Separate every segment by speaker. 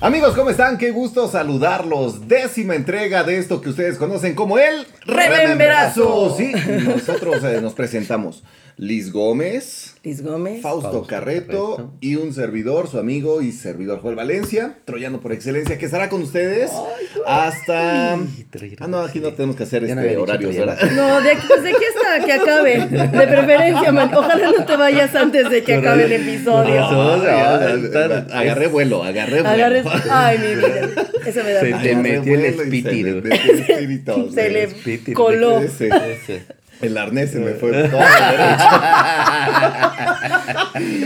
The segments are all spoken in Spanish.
Speaker 1: Amigos, ¿cómo están? Qué gusto saludarlos. Décima entrega de esto que ustedes conocen como el
Speaker 2: Rememberazo.
Speaker 1: Rememberazo. Sí, nosotros eh, nos presentamos. Liz Gómez,
Speaker 2: Liz Gómez.
Speaker 1: Fausto,
Speaker 3: Fausto
Speaker 1: Carreto,
Speaker 3: Carreto.
Speaker 1: y un servidor, su amigo y servidor Joel Valencia, troyano por excelencia, que estará con ustedes hasta... Ah, no, aquí no tenemos que hacer
Speaker 3: Ya no
Speaker 1: este
Speaker 3: había dicho
Speaker 1: horario,
Speaker 3: troyano.
Speaker 1: ¿verdad?
Speaker 2: No, de aquí, pues de aquí hasta que acabe. De preferencia, man. Ojalá no te vayas antes de que acabe el episodio.
Speaker 3: No,
Speaker 1: Ah, ya,
Speaker 3: ya, ya,
Speaker 1: ya, agarré vuelo, agarré
Speaker 2: Agarres.
Speaker 1: vuelo.
Speaker 2: Ay, mi vida. Eso me da
Speaker 3: Se
Speaker 2: pena.
Speaker 3: te metió el
Speaker 1: vuelo y
Speaker 3: espíritu.
Speaker 1: Se le metió el espíritu.
Speaker 2: Se le
Speaker 3: Spitting,
Speaker 2: coló.
Speaker 1: Ese,
Speaker 3: Ese.
Speaker 1: el arnés se
Speaker 2: Eh.
Speaker 1: me fue por todo derecho.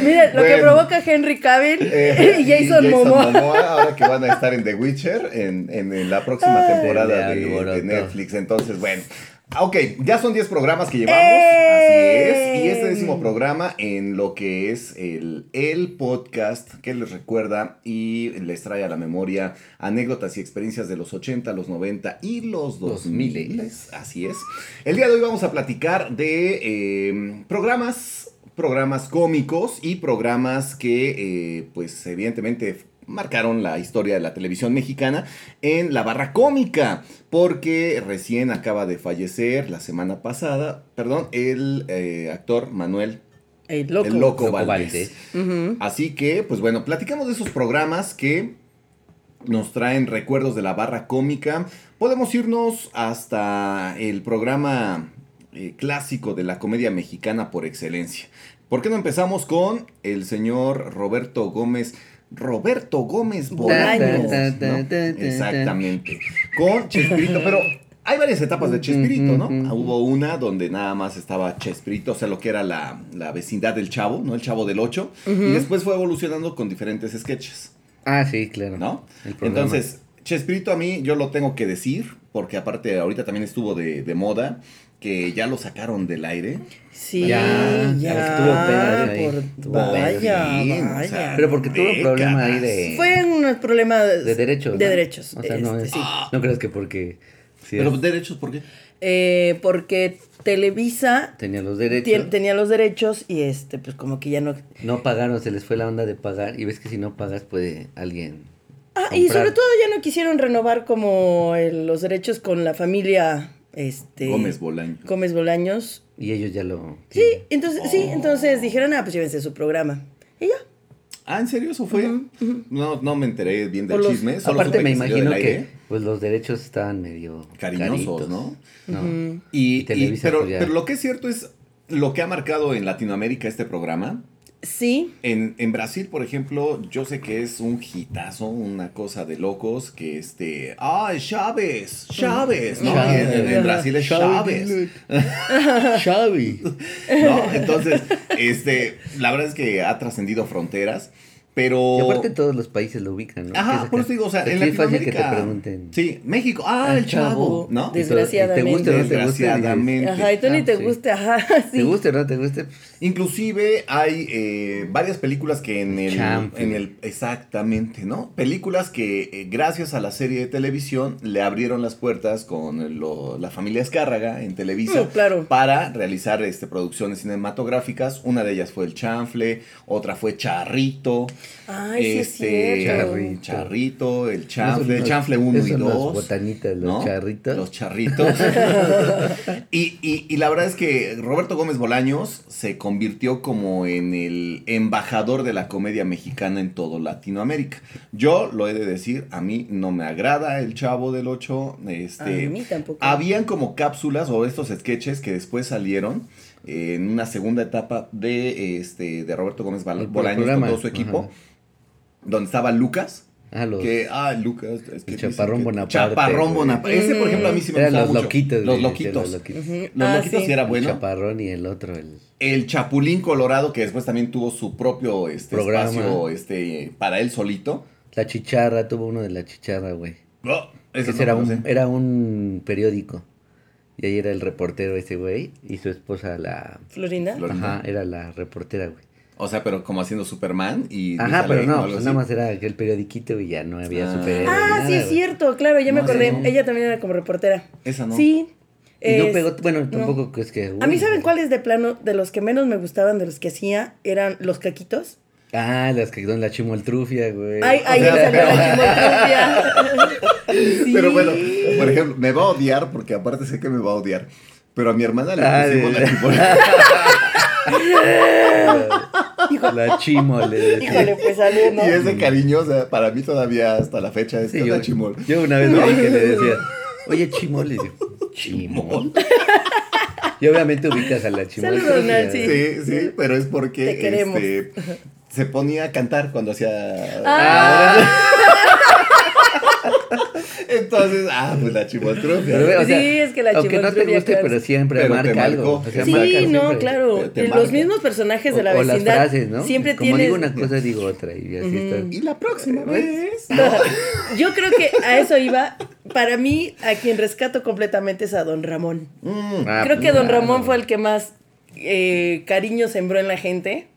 Speaker 2: Mira, lo que
Speaker 1: Bueno.
Speaker 2: provoca Henry Cavill
Speaker 1: Eh,
Speaker 2: y Jason Momoa.
Speaker 1: ahora que van a estar en The Witcher en, en- en la próxima temporada
Speaker 3: El
Speaker 1: de, de
Speaker 3: alboroto.
Speaker 1: Netflix. Entonces, bueno. Ah, Ok, ya son 10 programas que llevamos.
Speaker 2: ¡Eh!
Speaker 1: Así es. Y este décimo programa en lo que es el, el podcast que les recuerda y les trae a la memoria anécdotas y experiencias de los 80, los 90 y los 2000. Así es. El día de hoy vamos a platicar de eh, programas, programas cómicos y programas que, eh, pues, evidentemente marcaron la historia de la televisión mexicana en la barra cómica, porque recién acaba de fallecer la semana pasada, perdón, el eh, actor Manuel
Speaker 2: El loco.
Speaker 1: el Loco,
Speaker 3: Loco
Speaker 1: Valdés.
Speaker 3: Valdés.
Speaker 2: Ujú.
Speaker 1: Así que, pues bueno, platicamos de esos programas que nos traen recuerdos de la barra cómica. Podemos irnos hasta el programa eh, clásico de la comedia mexicana por excelencia. ¿Por qué no empezamos con el señor Roberto Gómez? Roberto Gómez Bolaños.
Speaker 3: Tan, tan,
Speaker 1: ¿no?
Speaker 3: tan, tan, tan.
Speaker 1: Exactamente. Con Chespirito, pero hay varias etapas de Chespirito, ¿no?
Speaker 3: Ujú.
Speaker 1: Hubo una donde nada más estaba Chespirito, o sea, lo que era la, la vecindad del Chavo, ¿no? El Chavo del 8. Y después fue evolucionando con diferentes sketches,
Speaker 3: Ah, sí, claro.
Speaker 1: ¿no?
Speaker 3: El programa.
Speaker 1: Entonces, Chespirito a mí yo lo tengo que decir, porque aparte ahorita también estuvo de, de moda, que ya lo sacaron del aire.
Speaker 2: Sí, ya.
Speaker 3: Ya, estuvo pedo ahí.
Speaker 2: por-
Speaker 3: Estuvo
Speaker 2: vaya,
Speaker 1: bien, o
Speaker 2: vaya.
Speaker 1: sea,
Speaker 3: Pero porque tuvo un problema ahí de.
Speaker 2: Fue un problema
Speaker 3: de derechos.
Speaker 2: De
Speaker 3: ¿no?
Speaker 2: derechos.
Speaker 3: O sea, no
Speaker 2: este,
Speaker 3: es.
Speaker 2: sí.
Speaker 3: No crees que porque. sí,
Speaker 1: Pero
Speaker 3: es-
Speaker 1: derechos, ¿por qué?
Speaker 2: Eh, porque
Speaker 1: pues,
Speaker 2: Televisa
Speaker 3: tenía los
Speaker 2: tien-
Speaker 3: derechos.
Speaker 2: tenía los derechos y este, pues como que ya no.
Speaker 3: No pagaron, se les fue la onda de pagar. Y ves que si no pagas, puede alguien.
Speaker 2: Ah, y
Speaker 3: comprar.
Speaker 2: sobre todo ya no quisieron renovar como el- los derechos con la familia este
Speaker 1: Gómez Bolaño.
Speaker 2: Gómez Bolaños.
Speaker 3: Y ellos ya lo.
Speaker 2: Sí, entonces, sí, entonces dijeron, ah, pues llévense su programa. Y ya.
Speaker 1: Ah, ¿en serio eso fue? No, no me enteré bien
Speaker 2: O
Speaker 1: del
Speaker 2: los-
Speaker 1: chisme. Solo
Speaker 3: Aparte,
Speaker 1: supe
Speaker 3: me
Speaker 1: que salió
Speaker 3: imagino
Speaker 1: del
Speaker 3: que
Speaker 1: aire.
Speaker 3: pues los derechos estaban medio.
Speaker 1: Cariñosos,
Speaker 3: caritos,
Speaker 1: ¿no?
Speaker 3: No.
Speaker 1: Y, y-
Speaker 3: Televisa,
Speaker 1: pero,
Speaker 3: pues, ya.
Speaker 1: pero lo que es cierto es lo que ha marcado en Latinoamérica este programa.
Speaker 2: Sí,
Speaker 1: En, en Brasil, por ejemplo, yo sé que es un hitazo, una cosa de locos, que este, ¡ay, Chávez! ¡Chávez! ¿no?
Speaker 3: Chávez.
Speaker 1: En, en Brasil es Chávez.
Speaker 3: Xavi.
Speaker 1: ¿no? Entonces, este, la verdad es que ha trascendido fronteras, pero...
Speaker 3: Y aparte todos los países lo ubican, ¿no? Que es
Speaker 1: Ajá,
Speaker 3: acá.
Speaker 1: por eso digo, o sea,
Speaker 3: Aquí
Speaker 1: en
Speaker 3: es fácil
Speaker 1: Latinoamérica...
Speaker 3: que te pregunten.
Speaker 1: Sí, México, ¡ah,
Speaker 3: Ah,
Speaker 1: el chavo!
Speaker 3: chavo.
Speaker 1: ¿no?
Speaker 3: Y
Speaker 2: Des-
Speaker 3: todo- y
Speaker 2: Desgraciadamente.
Speaker 3: Te gusta o no te gusta. dices,
Speaker 1: Desgraciadamente.
Speaker 2: ajá, y tú ni
Speaker 3: Ah,
Speaker 2: te
Speaker 3: sí.
Speaker 2: guste, ajá, sí.
Speaker 3: Te guste o no te guste. pues,
Speaker 1: Inclusive hay eh, varias películas que en el,
Speaker 3: Chanfle.
Speaker 1: en el... Exactamente, ¿no? Películas que eh, gracias a la serie de televisión le abrieron las puertas con lo- la familia Escárraga en Televisa
Speaker 2: Mm, claro.
Speaker 1: para realizar este, producciones cinematográficas. Una de ellas fue El Chanfle, otra fue Charrito.
Speaker 2: Ay, sí
Speaker 1: este,
Speaker 2: es cierto.
Speaker 1: Charrito.
Speaker 3: Charrito.
Speaker 1: El Chanfle,
Speaker 3: esos
Speaker 1: El
Speaker 3: los-
Speaker 1: Chanfle 1 y
Speaker 3: esos los
Speaker 1: 2.
Speaker 3: botanitas, los
Speaker 1: ¿no?
Speaker 3: charritos.
Speaker 1: Los charritos. y, y- y la verdad es que Roberto Gómez Bolaños se convirtió como en el embajador de la comedia mexicana en todo Latinoamérica. Yo lo he de decir, a mí no me agrada el Chavo del 8.
Speaker 2: A
Speaker 1: Este,
Speaker 2: mí tampoco.
Speaker 1: habían como cápsulas o estos sketches que después salieron eh, en una segunda etapa de, este, de Roberto Gómez Bal-
Speaker 3: El
Speaker 1: Bolaños con
Speaker 3: programa.
Speaker 1: todo su equipo,
Speaker 3: Ajá.
Speaker 1: donde estaba Lucas.
Speaker 3: Ah, los.
Speaker 1: Que, ah, Lucas. es que
Speaker 3: El
Speaker 1: dicen
Speaker 3: Chaparrón
Speaker 1: que-
Speaker 3: Bonaparte,
Speaker 1: Chaparrón
Speaker 3: güey.
Speaker 1: Bonaparte. Ese, por ejemplo, a mí sí me
Speaker 3: Eran
Speaker 1: gustaba
Speaker 3: los
Speaker 1: mucho. Los
Speaker 3: loquitos. güey, decían
Speaker 1: loquitos.
Speaker 3: Los loquitos.
Speaker 2: Ujú.
Speaker 1: Los
Speaker 2: Ah,
Speaker 1: loquitos sí era
Speaker 3: El
Speaker 1: bueno.
Speaker 3: chaparrón y el otro, el.
Speaker 1: El Chapulín Colorado, que después también tuvo su propio este,
Speaker 3: Programa.
Speaker 1: espacio este, para él solito.
Speaker 3: La chicharra, tuvo uno de la chicharra, güey.
Speaker 1: No, ese
Speaker 3: Ese
Speaker 1: no
Speaker 3: era,
Speaker 1: lo
Speaker 3: un, e-
Speaker 1: sé.
Speaker 3: era un periódico. Y ahí era el reportero ese güey. Y su esposa, la.
Speaker 2: Florinda.
Speaker 1: Flor-
Speaker 3: Ajá, era la reportera, güey.
Speaker 1: O sea, pero como haciendo Superman y... Luis
Speaker 3: Ajá, pero
Speaker 1: Alén o
Speaker 3: no,
Speaker 1: algo
Speaker 3: pues
Speaker 1: así.
Speaker 3: nada más era el periodiquito y ya no había
Speaker 1: Ah.
Speaker 3: superhéroes. ni
Speaker 2: Ah,
Speaker 3: nada,
Speaker 2: sí es
Speaker 3: güey.
Speaker 2: cierto, claro, ya me
Speaker 1: No,
Speaker 2: acordé.
Speaker 1: sí, no.
Speaker 2: Ella también era como reportera.
Speaker 1: Esa no.
Speaker 2: Sí.
Speaker 3: Y no
Speaker 2: es-
Speaker 3: pegó, bueno,
Speaker 2: no.
Speaker 3: tampoco es que.
Speaker 2: A mí,
Speaker 3: uy,
Speaker 2: ¿saben cuáles de plano? De los que menos me gustaban, de los que hacía, eran los caquitos.
Speaker 3: Ah, las que son la chimoltrufia, güey.
Speaker 2: Ay, ay,
Speaker 1: sea,
Speaker 2: esa
Speaker 1: pero-
Speaker 2: no la chimoltrufia. Sí.
Speaker 1: Pero bueno, por ejemplo, me va a odiar porque aparte sé que me va a odiar. Pero a mi hermana le
Speaker 3: Ah,
Speaker 1: pusimos
Speaker 3: de-
Speaker 1: la chimoltrufia.
Speaker 3: La chimol. le decía.
Speaker 2: Híjole, pues salió, ¿no?
Speaker 1: Y es de cariño, o sea, para mí todavía hasta la fecha es
Speaker 3: Sí,
Speaker 1: que
Speaker 3: yo,
Speaker 1: la chimol.
Speaker 3: yo una vez le dije, le decía, oye, chimol. Le digo, chimol. Y obviamente ubicas a la chimol.
Speaker 2: Saludos, Nancy.
Speaker 1: Sí, sí, pero es porque
Speaker 2: Te queremos.
Speaker 1: este, se ponía a cantar cuando hacía.
Speaker 2: Ah,
Speaker 1: Entonces, ah, pues la chimoltrufia.
Speaker 3: Pero, o sea,
Speaker 2: Sí, es que la
Speaker 3: Aunque no te
Speaker 2: chimoltrufia
Speaker 3: guste,
Speaker 2: cansa.
Speaker 3: pero siempre
Speaker 1: Pero te
Speaker 3: marca algo.
Speaker 1: marcó.
Speaker 3: o sea,
Speaker 2: sí,
Speaker 3: marca
Speaker 2: no,
Speaker 3: siempre.
Speaker 1: Te-
Speaker 2: claro.
Speaker 1: te
Speaker 2: Y
Speaker 1: marca.
Speaker 2: los mismos personajes de la
Speaker 3: O- o
Speaker 2: vecindad.
Speaker 3: las frases, ¿no?
Speaker 2: Siempre
Speaker 3: Como
Speaker 2: tienes.
Speaker 3: digo una cosa, digo otra. Y así estás.
Speaker 1: Y la próxima vez.
Speaker 2: Yo creo que a eso iba. Para mí, a quien rescato completamente es a Don Ramón.
Speaker 1: Mm,
Speaker 3: Ah,
Speaker 2: Creo que
Speaker 3: claro.
Speaker 2: Don Ramón fue el que más eh, cariño sembró en la gente.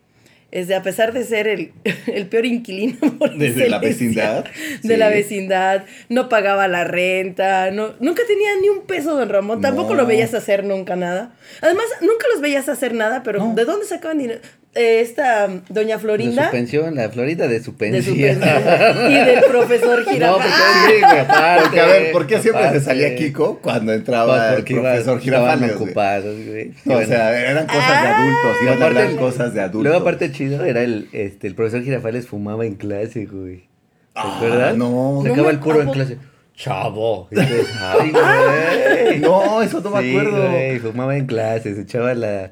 Speaker 2: Es de, a pesar de ser el, el peor inquilino por
Speaker 1: desde la
Speaker 2: excelencia
Speaker 1: vecindad.
Speaker 2: de la
Speaker 1: sí.
Speaker 2: vecindad, no pagaba la renta, no, nunca tenía ni un peso don Ramón, tampoco
Speaker 1: No.
Speaker 2: lo veías hacer nunca nada. Además, nunca los veías hacer nada, pero
Speaker 1: No.
Speaker 2: ¿de dónde sacaban dinero? Eh, esta mm, doña
Speaker 3: De su
Speaker 2: Florinda.
Speaker 3: pensión, la Florida de su
Speaker 2: De su
Speaker 3: pensión.
Speaker 2: pensión. y del profesor
Speaker 3: No,
Speaker 2: Girafales.
Speaker 3: porque, sí, güey, aparte,
Speaker 1: Porque, a ver, ¿por qué siempre
Speaker 3: aparte.
Speaker 1: se salía Kiko cuando
Speaker 3: Pues
Speaker 1: entraba el
Speaker 3: porque iba-
Speaker 1: profesor
Speaker 3: estaban
Speaker 1: Girafales? güey?
Speaker 3: ocupados, güey.
Speaker 1: O
Speaker 3: Bueno,
Speaker 1: sea, eran cosas de
Speaker 2: Ah.
Speaker 1: adultos, iban a
Speaker 3: Aparte
Speaker 1: hablar
Speaker 3: el-
Speaker 1: cosas de adultos.
Speaker 3: Luego, aparte chido, era el, este, el profesor Girafales fumaba en clase, güey. ¿Te
Speaker 1: Ah,
Speaker 3: acuerdas?
Speaker 1: no.
Speaker 3: Se
Speaker 2: No
Speaker 3: acaba
Speaker 2: me
Speaker 3: el curo en
Speaker 2: acuerdo.
Speaker 3: clase. Chavo. Y dices, ay, güey.
Speaker 1: No, eso no me
Speaker 3: Sí,
Speaker 1: acuerdo.
Speaker 3: güey, fumaba en clase, se echaba la.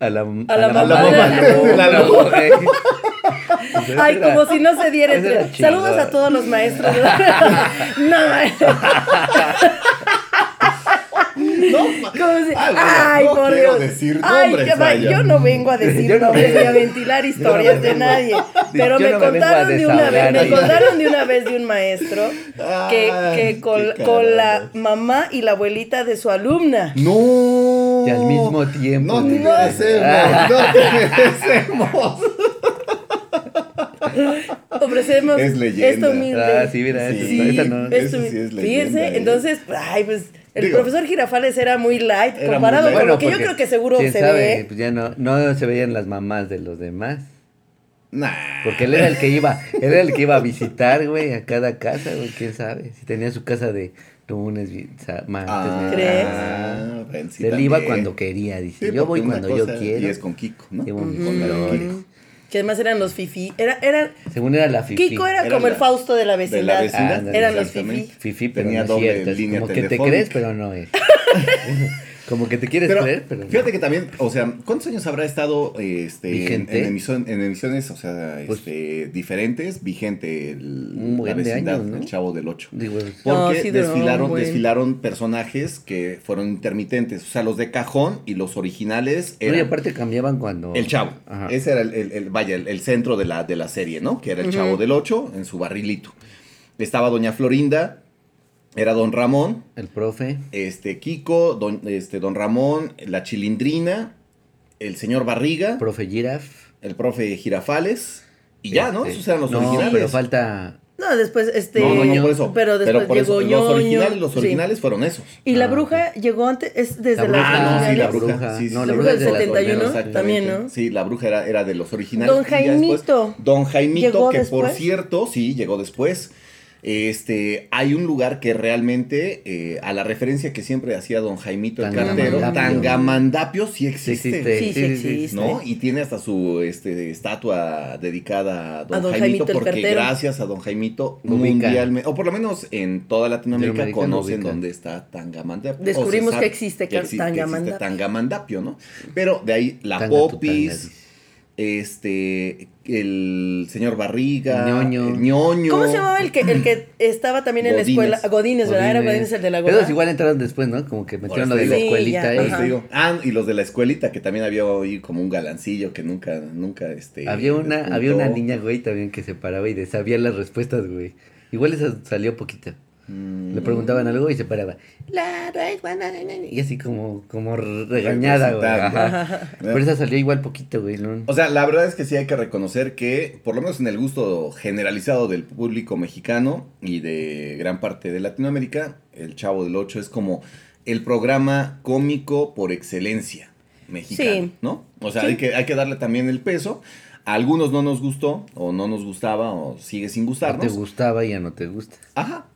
Speaker 3: A la,
Speaker 2: A la mamá
Speaker 1: de la- de la loba.
Speaker 3: güey. Entonces
Speaker 2: Ay,
Speaker 3: era-
Speaker 2: como si no se diera
Speaker 3: Eso era
Speaker 2: entre... Saludos
Speaker 3: chingón.
Speaker 2: a todos los maestros. no, maestro.
Speaker 1: No,
Speaker 2: ¿Cómo se-
Speaker 1: Ay, Ah, bueno,
Speaker 2: Ay,
Speaker 1: no
Speaker 2: por
Speaker 1: quiero
Speaker 2: Dios.
Speaker 1: decir
Speaker 2: Ay,
Speaker 1: nombres,
Speaker 2: que va-
Speaker 1: vaya.
Speaker 2: yo no vengo a decir
Speaker 3: Yo no
Speaker 2: nombres
Speaker 3: vengo.
Speaker 2: ni a ventilar historias
Speaker 3: Yo no
Speaker 2: de
Speaker 3: vengo.
Speaker 2: nadie.
Speaker 3: Yo
Speaker 2: Pero me
Speaker 3: no me vengo
Speaker 2: contaron
Speaker 3: a
Speaker 2: de una vez,
Speaker 3: desahogar
Speaker 2: me
Speaker 3: ahí.
Speaker 2: contaron de una vez de un maestro que,
Speaker 1: Ay,
Speaker 2: que
Speaker 1: Ah, qué
Speaker 2: con, con la
Speaker 1: caramba.
Speaker 2: mamá y la abuelita de su alumna.
Speaker 1: No.
Speaker 3: Y al mismo tiempo,
Speaker 1: No te
Speaker 3: güey. Ah.
Speaker 1: merecemos, no te merecemos.
Speaker 2: Ofrecemos
Speaker 1: Es leyenda.
Speaker 2: esto humilde.
Speaker 3: Ah, sí, mira,
Speaker 1: Sí.
Speaker 3: esa- esa no.
Speaker 1: es- eso sí
Speaker 2: esto humilde.
Speaker 1: es leyenda,
Speaker 2: Fíjense,
Speaker 1: eh.
Speaker 2: entonces, ay, pues el
Speaker 1: Digo,
Speaker 2: profesor Girafales era muy light
Speaker 1: era muy
Speaker 2: comparado
Speaker 1: light.
Speaker 2: con lo
Speaker 1: Bueno,
Speaker 2: que yo creo que seguro
Speaker 3: quién
Speaker 2: se
Speaker 3: sabe,
Speaker 2: ve.
Speaker 3: Pues ya no, no se veían las mamás de los demás.
Speaker 1: Nah.
Speaker 3: Porque él era el que iba, él era el que iba a visitar, güey, a cada casa, güey, quién sabe. Si tenía su casa de lunes, vi- sa- martes,
Speaker 1: Ah,
Speaker 2: ¿Crees?
Speaker 1: bueno, sí,
Speaker 3: él iba
Speaker 1: también.
Speaker 3: cuando quería,
Speaker 1: Sí,
Speaker 3: dice. yo
Speaker 1: porque
Speaker 3: voy
Speaker 1: una
Speaker 3: cuando yo
Speaker 1: cosa-
Speaker 3: quiero.
Speaker 1: Y es con Kiko, ¿no?
Speaker 3: Llevo mis
Speaker 1: Con la de
Speaker 3: colores.
Speaker 1: Kiko.
Speaker 2: Que además eran los fifi. Era, eran,
Speaker 3: Según era la fifi.
Speaker 2: Kiko era,
Speaker 1: Era
Speaker 2: como el
Speaker 1: la-
Speaker 2: Fausto de la
Speaker 1: de la
Speaker 2: vecindad. Ah,
Speaker 1: vecindad.
Speaker 3: Ándale,
Speaker 2: Eran los
Speaker 1: exactamente.
Speaker 2: fifí.
Speaker 3: Fifi, pero
Speaker 1: Tenía
Speaker 3: no es
Speaker 1: doble
Speaker 3: cierto, es
Speaker 1: línea
Speaker 3: como que te
Speaker 1: telefónica.
Speaker 3: crees, pero no es. como que te quieres
Speaker 1: Pero,
Speaker 3: creer, pero no.
Speaker 1: fíjate que también, o sea, ¿cuántos años habrá estado este, en,
Speaker 3: Vigente.
Speaker 1: en emisión- en emisiones, o sea,
Speaker 3: Pues-
Speaker 1: este, diferentes? Vigente el,
Speaker 3: Un buen
Speaker 1: la
Speaker 3: de
Speaker 1: vecindad,
Speaker 3: años, ¿no?
Speaker 1: el Chavo del Ocho.
Speaker 3: Digo,
Speaker 2: No,
Speaker 1: Porque
Speaker 2: sí duró un
Speaker 1: desfilaron,
Speaker 2: buen.
Speaker 1: desfilaron personajes que fueron intermitentes. O sea, los de cajón y los originales
Speaker 3: no, y
Speaker 1: eran
Speaker 3: aparte cambiaban cuando.
Speaker 1: el chavo.
Speaker 3: Ajá.
Speaker 1: Ese era el, el- el- vaya, el, el centro de la, de la serie, ¿no? Que era el chavo del 8 en su barrilito. Estaba Doña Florinda, era Don Ramón,
Speaker 3: El profe.
Speaker 1: este Kiko, don, este, don Ramón, la Chilindrina, el señor Barriga,
Speaker 3: Profe Giraf.
Speaker 1: el profe Girafales. Y ya, ¿no?
Speaker 3: Este,
Speaker 1: Esos eran los
Speaker 3: no,
Speaker 1: originales.
Speaker 3: Pero falta.
Speaker 2: No, después este.
Speaker 1: no, no, no, por eso.
Speaker 2: Pero después
Speaker 1: por
Speaker 2: llegó
Speaker 1: eso,
Speaker 2: Ñoño.
Speaker 1: Los originales, los
Speaker 2: sí.
Speaker 1: originales fueron esos.
Speaker 2: Y
Speaker 3: Ah,
Speaker 2: la bruja llegó antes, es desde la
Speaker 3: La bruja,
Speaker 1: Ah, no, sí, la
Speaker 3: originales.
Speaker 1: bruja. Sí, sí,
Speaker 3: No,
Speaker 1: sí,
Speaker 3: la
Speaker 1: sí.
Speaker 3: bruja
Speaker 2: es del
Speaker 3: de las
Speaker 2: 71,
Speaker 3: Olmedas,
Speaker 2: también,
Speaker 1: Exactamente.
Speaker 2: ¿no?
Speaker 1: Sí, la bruja era, era de los originales.
Speaker 2: Don
Speaker 1: y ya después-
Speaker 2: Jaimito.
Speaker 1: don Jaimito,
Speaker 2: Llegó
Speaker 1: que por
Speaker 2: después.
Speaker 1: cierto, sí, llegó después. Este, hay un lugar que realmente, eh, a la referencia que siempre hacía don Jaimito el cartero,
Speaker 3: Tangamandapio.
Speaker 1: Tangamandapio sí
Speaker 3: Sí,
Speaker 1: existe.
Speaker 3: existe.
Speaker 2: Sí, sí existe.
Speaker 1: ¿no? Y tiene hasta su este, estatua dedicada a Don,
Speaker 2: A don
Speaker 1: Jaimito,
Speaker 2: Jaimito el
Speaker 1: porque
Speaker 2: cartero.
Speaker 1: gracias a Don Jaimito
Speaker 3: Ubican.
Speaker 1: mundialmente, o por lo menos en toda Latinoamérica
Speaker 3: Latinoamérica lo
Speaker 1: conocen
Speaker 3: ubican.
Speaker 1: dónde está Tangamandapio.
Speaker 2: Descubrimos
Speaker 1: o se sabe
Speaker 2: que existe
Speaker 1: que
Speaker 2: Ca-
Speaker 1: exi- que
Speaker 2: Tangamandapio.
Speaker 1: existe Tangamandapio, ¿no? Pero de ahí la
Speaker 3: Tanga tu tanga,
Speaker 1: Popis,
Speaker 3: dice.
Speaker 1: este, el señor Barriga,
Speaker 3: Ñoño.
Speaker 1: el Ñoño.
Speaker 2: ¿Cómo se llamaba el que, el que estaba también en la
Speaker 1: Godínez.
Speaker 2: escuela? Godínez, ¿verdad? Era
Speaker 3: Godínez.
Speaker 2: Godínez el de la
Speaker 3: Pero
Speaker 2: gorra.
Speaker 3: igual entraron después, ¿no? Como que metieron lo
Speaker 1: Ahora
Speaker 3: de
Speaker 1: sí.
Speaker 3: la
Speaker 2: Sí, ya,
Speaker 3: escuelita. y
Speaker 1: Les
Speaker 2: ajá.
Speaker 1: digo, Ah, y los de la escuelita, que también había ahí como un galancillo que nunca, nunca, este...
Speaker 3: Había una, había una
Speaker 1: despuntó.
Speaker 3: niña, güey, también que se paraba y de- sabía las respuestas, güey. Igual esa salió poquito.
Speaker 1: Mm.
Speaker 3: Le preguntaban algo y se paraba. La respuesta- Y así como, como regañada, güey.
Speaker 1: Representando.
Speaker 3: Ajá. Pero esa salió igual poquito, güey. ¿no?
Speaker 1: O sea, la verdad es que sí hay que reconocer que, por lo menos en el gusto generalizado del público mexicano y de gran parte de Latinoamérica, El Chavo del Ocho es como el programa cómico por excelencia mexicano,
Speaker 2: Sí.
Speaker 1: ¿no? O sea, hay, que, hay que darle también el peso. A algunos no nos gustó, o no nos gustaba, o sigue sin
Speaker 3: No
Speaker 1: gustarnos.
Speaker 3: te gustaba y ya no te gusta.
Speaker 1: Ajá.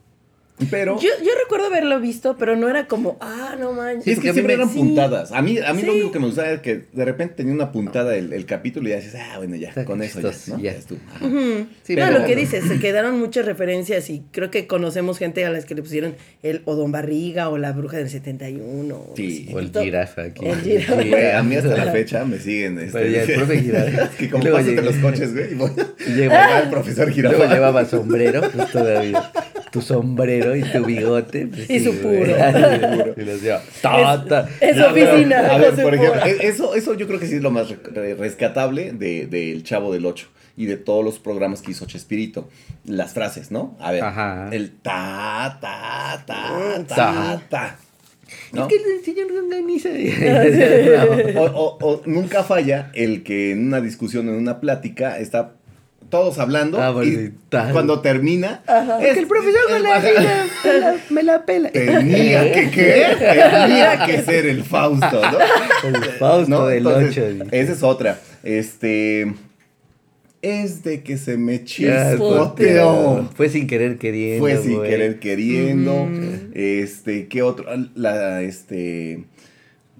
Speaker 1: Pero.
Speaker 2: Yo, yo recuerdo haberlo visto, pero no era como, ah, no manches.
Speaker 1: Sí, es
Speaker 3: porque
Speaker 1: que
Speaker 3: a mí
Speaker 1: siempre
Speaker 3: me-
Speaker 1: eran
Speaker 2: sí.
Speaker 1: puntadas. A mí, a mí lo
Speaker 2: Sí.
Speaker 1: único que me gustaba era que de repente tenía una puntada el, el capítulo y ya dices, ah, bueno, ya,
Speaker 3: Está
Speaker 1: con eso ya,
Speaker 3: chistoso,
Speaker 1: ¿no?
Speaker 3: ya.
Speaker 1: Ya estuvo. Ajá.
Speaker 2: Ujú.
Speaker 3: Sí,
Speaker 2: no,
Speaker 1: pero-
Speaker 2: lo que dices, se quedaron muchas referencias y creo que conocemos gente a las que le pusieron el o Don Barriga o la Bruja del 71. o
Speaker 1: Sí.
Speaker 2: así.
Speaker 3: O el
Speaker 2: To-
Speaker 3: jirafa aquí.
Speaker 2: El jirafa.
Speaker 1: Güey, a mí hasta la fecha me siguen. Este,
Speaker 3: Pero ya, el profe Girafales.
Speaker 1: que
Speaker 3: Y
Speaker 1: como
Speaker 3: luego
Speaker 1: pásate
Speaker 3: llegué-
Speaker 1: los coches, güey. y voy-
Speaker 3: Y llevo-
Speaker 1: va el profesor
Speaker 3: Y luego
Speaker 1: Girafales.
Speaker 3: llevaba sombrero, pues todavía. Tu sombrero y tu bigote. pues,
Speaker 2: Y su
Speaker 3: güey.
Speaker 2: puro.
Speaker 3: Y los llevaba, ta, ta.
Speaker 2: es
Speaker 3: No, pero-
Speaker 2: oficina.
Speaker 1: A ver,
Speaker 2: José
Speaker 1: por ejemplo,
Speaker 2: Mora.
Speaker 1: e- eso, eso yo creo que sí es lo más re- re- rescatable de- del Chavo del Ocho y de todos los programas que hizo Chespirito. Las frases, ¿no? A ver,
Speaker 3: Ajá.
Speaker 1: el ta, ta, ta, ta,
Speaker 3: Ta.
Speaker 1: ta. ¿no?
Speaker 3: Es que el señor no organiza. No.
Speaker 1: O, o- o nunca falla el que en una discusión, en una plática, está todos hablando
Speaker 3: Ah, bueno,
Speaker 1: y
Speaker 3: sí, tal.
Speaker 1: cuando termina, es-
Speaker 3: Que el profesor me la,
Speaker 1: ajá,
Speaker 3: pela, me la- me la pela.
Speaker 1: Tenía que, ¿qué? Tenía que ser el Fausto, ¿no?
Speaker 3: El Fausto
Speaker 1: ¿No?
Speaker 3: del
Speaker 1: Entonces, eh,
Speaker 3: 8.
Speaker 1: Esa es otra. Este. Es de que se me chispoteó.
Speaker 3: Fue, fue sin querer queriendo.
Speaker 1: Fue sin
Speaker 3: güey.
Speaker 1: Pues querer queriendo.
Speaker 2: Mm.
Speaker 1: Este, ¿qué otro? La, este.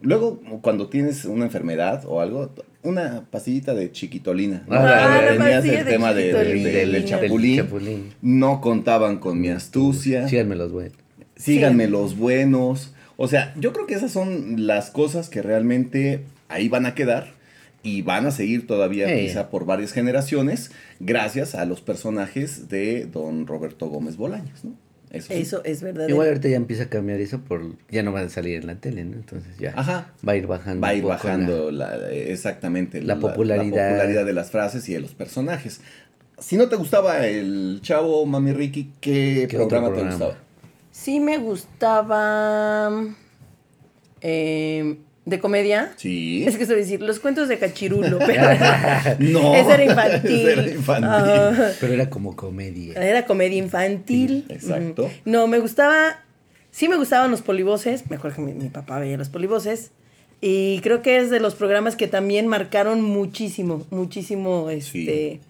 Speaker 1: Luego, cuando tienes una enfermedad o algo, una pastillita de chiquitolina. ¿no?
Speaker 3: Ah,
Speaker 1: Cuando
Speaker 3: la
Speaker 1: tenías
Speaker 2: pastilla
Speaker 1: el
Speaker 2: de
Speaker 1: tema de- de-
Speaker 3: Del,
Speaker 1: de-
Speaker 2: chiquitolina.
Speaker 1: del chapulín.
Speaker 3: chapulín.
Speaker 1: No contaban con mi astucia.
Speaker 3: Síganme los buenos.
Speaker 1: Síganme los buenos. O sea, yo creo que esas son las cosas que realmente ahí van a quedar y van a seguir todavía
Speaker 3: Sí.
Speaker 1: quizá por varias generaciones gracias a los personajes de don Roberto Gómez Bolaños, ¿no? Eso. sí.
Speaker 2: Eso es verdad.
Speaker 3: Igual ahorita ya empieza a cambiar eso por ya no van a salir en la tele, ¿no? Entonces ya
Speaker 1: Ajá.
Speaker 3: va a ir bajando.
Speaker 1: Va a
Speaker 3: un
Speaker 1: ir
Speaker 3: poco la-
Speaker 1: bajando la- exactamente
Speaker 3: la popularidad.
Speaker 1: popularidad de las frases y de los personajes. Si no te gustaba el chavo Mami Ricky, ¿qué,
Speaker 3: ¿Qué otro
Speaker 1: programa,
Speaker 3: programa?
Speaker 1: te gustaba?
Speaker 2: Sí me gustaba eh, de comedia.
Speaker 1: Sí.
Speaker 2: Es que estoy decir, los cuentos de Cachirulo, pero
Speaker 1: No.
Speaker 2: ese era infantil.
Speaker 1: Ese era infantil.
Speaker 2: Ah,
Speaker 3: Pero era como comedia.
Speaker 2: era comedia infantil.
Speaker 1: Sí, exacto.
Speaker 2: Ujú. No, me gustaba, sí me gustaban los polivoces, me acuerdo que mi, mi papá veía los polivoces, y creo que es de los programas que también marcaron muchísimo, muchísimo, este,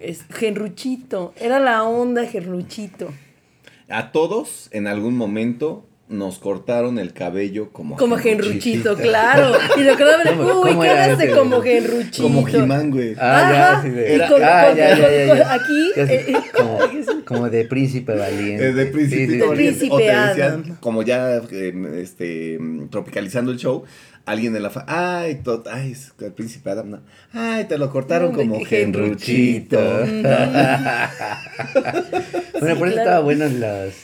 Speaker 2: es- Genruchito, era la onda Genruchito.
Speaker 1: A todos, en algún momento, nos cortaron el cabello como a
Speaker 2: Como
Speaker 1: Genruchito.
Speaker 2: Genruchito, claro. Y lo que daba,
Speaker 3: ¿Cómo-
Speaker 2: uy,
Speaker 3: cómo
Speaker 2: ¿qué
Speaker 3: era
Speaker 2: hablaste
Speaker 3: ese?
Speaker 2: como Genruchito?
Speaker 1: Como Jimán, güey.
Speaker 3: Ah,
Speaker 2: Ajá,
Speaker 3: ya, sí,
Speaker 2: y
Speaker 3: era-
Speaker 2: con-
Speaker 3: ah,
Speaker 2: con-
Speaker 3: ya,
Speaker 2: con-
Speaker 3: ya,
Speaker 2: con-
Speaker 3: ya, ya.
Speaker 2: aquí,
Speaker 3: Ya sé,
Speaker 2: eh, eh,
Speaker 3: como, como de príncipe valiente.
Speaker 1: Eh, de
Speaker 3: Sí, sí,
Speaker 1: Príncipe
Speaker 3: sí.
Speaker 2: Valiente. Príncipe
Speaker 1: o te decían,
Speaker 2: Adam.
Speaker 1: como ya eh, este, mm, tropicalizando el show, alguien de la fa ay, to- ay, es el príncipe Adam, no. ay, te lo cortaron
Speaker 2: No, Mm, de
Speaker 1: como Mm.
Speaker 2: que
Speaker 1: Genruchito.
Speaker 3: Bueno, por eso
Speaker 2: claro.
Speaker 3: estaba bueno las.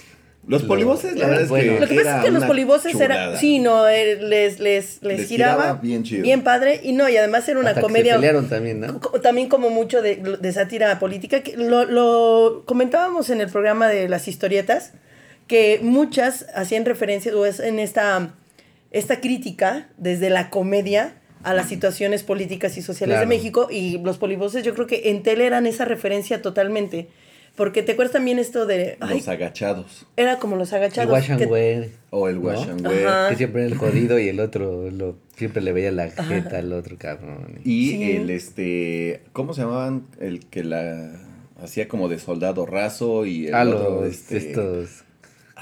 Speaker 1: Los
Speaker 3: Lo-
Speaker 1: polivoces, la
Speaker 3: era
Speaker 1: verdad es
Speaker 3: bueno.
Speaker 1: que
Speaker 2: Lo que pasa
Speaker 1: era
Speaker 2: es que los
Speaker 1: una
Speaker 2: polivoces
Speaker 1: chulada.
Speaker 2: era, sí, no, eh, les, les, les,
Speaker 1: Les
Speaker 2: giraba,
Speaker 1: giraba bien chido.
Speaker 2: padre, y no, y además era una
Speaker 3: hasta que
Speaker 2: comedia,
Speaker 3: se pelearon también, ¿no?
Speaker 2: co- también como mucho de, de sátira política, que lo, lo comentábamos en el programa de las historietas, que muchas hacían referencia, o es en esta, esta crítica desde la comedia a las situaciones políticas y sociales de
Speaker 3: Claro.
Speaker 2: México, y los polivoces yo creo que en tele eran esa referencia totalmente, porque te acuerdas también esto de, ay,
Speaker 1: Los agachados.
Speaker 2: era como los
Speaker 3: El
Speaker 2: agachados.
Speaker 3: Wash and
Speaker 2: que-
Speaker 3: Wear,
Speaker 1: O el wash
Speaker 3: ¿no?
Speaker 1: and wear.
Speaker 2: Ajá.
Speaker 3: Que siempre era el jodido y el otro lo, siempre le veía la jeta al otro cabrón.
Speaker 1: Y
Speaker 2: Sí.
Speaker 1: el este, ¿cómo se llamaban? El que la hacía como de soldado raso y el
Speaker 3: A
Speaker 1: otro,
Speaker 3: Ah, los
Speaker 1: este,
Speaker 3: estos.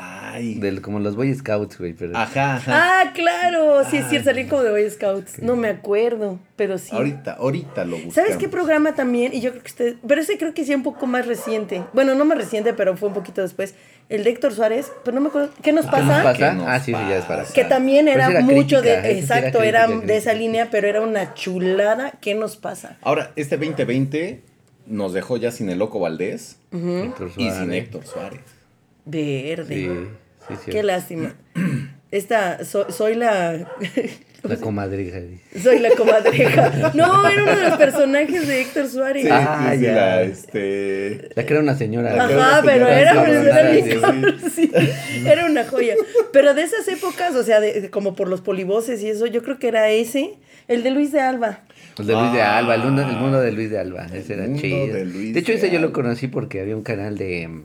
Speaker 1: Ay.
Speaker 3: del- como los Boy Scouts, güey. Pero
Speaker 1: Ajá, ajá.
Speaker 2: Ah, claro, sí es
Speaker 1: Ah,
Speaker 2: cierto, salí como de Boy Scouts. No me acuerdo, pero sí.
Speaker 1: Ahorita, ahorita lo buscamos.
Speaker 2: ¿Sabes qué programa también? Y yo creo que usted, pero ese creo que sí un poco más reciente. Bueno, no más reciente, pero fue un poquito después. El de Héctor Suárez, pero no me acuerdo. ¿Qué nos
Speaker 3: ¿Qué
Speaker 2: pasa?
Speaker 3: nos pasa?
Speaker 1: ¿Qué nos
Speaker 3: ah, sí, sí, ya es para
Speaker 1: pasa?
Speaker 2: Que también
Speaker 3: Pero
Speaker 2: era,
Speaker 3: ese era
Speaker 2: mucho de,
Speaker 3: crítica, ese sí era
Speaker 2: exacto,
Speaker 3: crítica,
Speaker 2: era
Speaker 3: crítica.
Speaker 2: de esa línea, pero era una chulada. ¿Qué nos pasa?
Speaker 1: Ahora, este 2020 nos dejó ya sin el Loco Valdés
Speaker 3: Héctor
Speaker 1: y sin
Speaker 3: Suárez.
Speaker 1: Héctor Suárez.
Speaker 2: Verde.
Speaker 3: Sí, sí, sí.
Speaker 2: Qué lástima. Esta, so- soy la
Speaker 3: La comadreja. dice.
Speaker 2: Soy la comadreja. No, era uno de los personajes de Héctor Suárez.
Speaker 1: Sí,
Speaker 3: Ah,
Speaker 1: sí, sí,
Speaker 3: ya.
Speaker 1: la, este...
Speaker 3: La que era una señora.
Speaker 1: La que
Speaker 3: güey.
Speaker 2: Ajá, pero era,
Speaker 3: señora,
Speaker 2: pero
Speaker 3: señora,
Speaker 2: era bien
Speaker 3: sí.
Speaker 2: cabrón, sí. Era una joya. Pero de esas épocas, o sea, de- de- como por los polivoces y eso, yo creo que era ese, el de Luis de Alba.
Speaker 3: El de Luis de
Speaker 1: Ah.
Speaker 3: Alba, el mundo, el mundo de Luis de Alba. Ese era
Speaker 1: mundo
Speaker 3: chido.
Speaker 1: de Luis
Speaker 3: De, hecho,
Speaker 1: de
Speaker 3: ese yo lo
Speaker 1: Alba.
Speaker 3: conocí porque había un canal de. mm,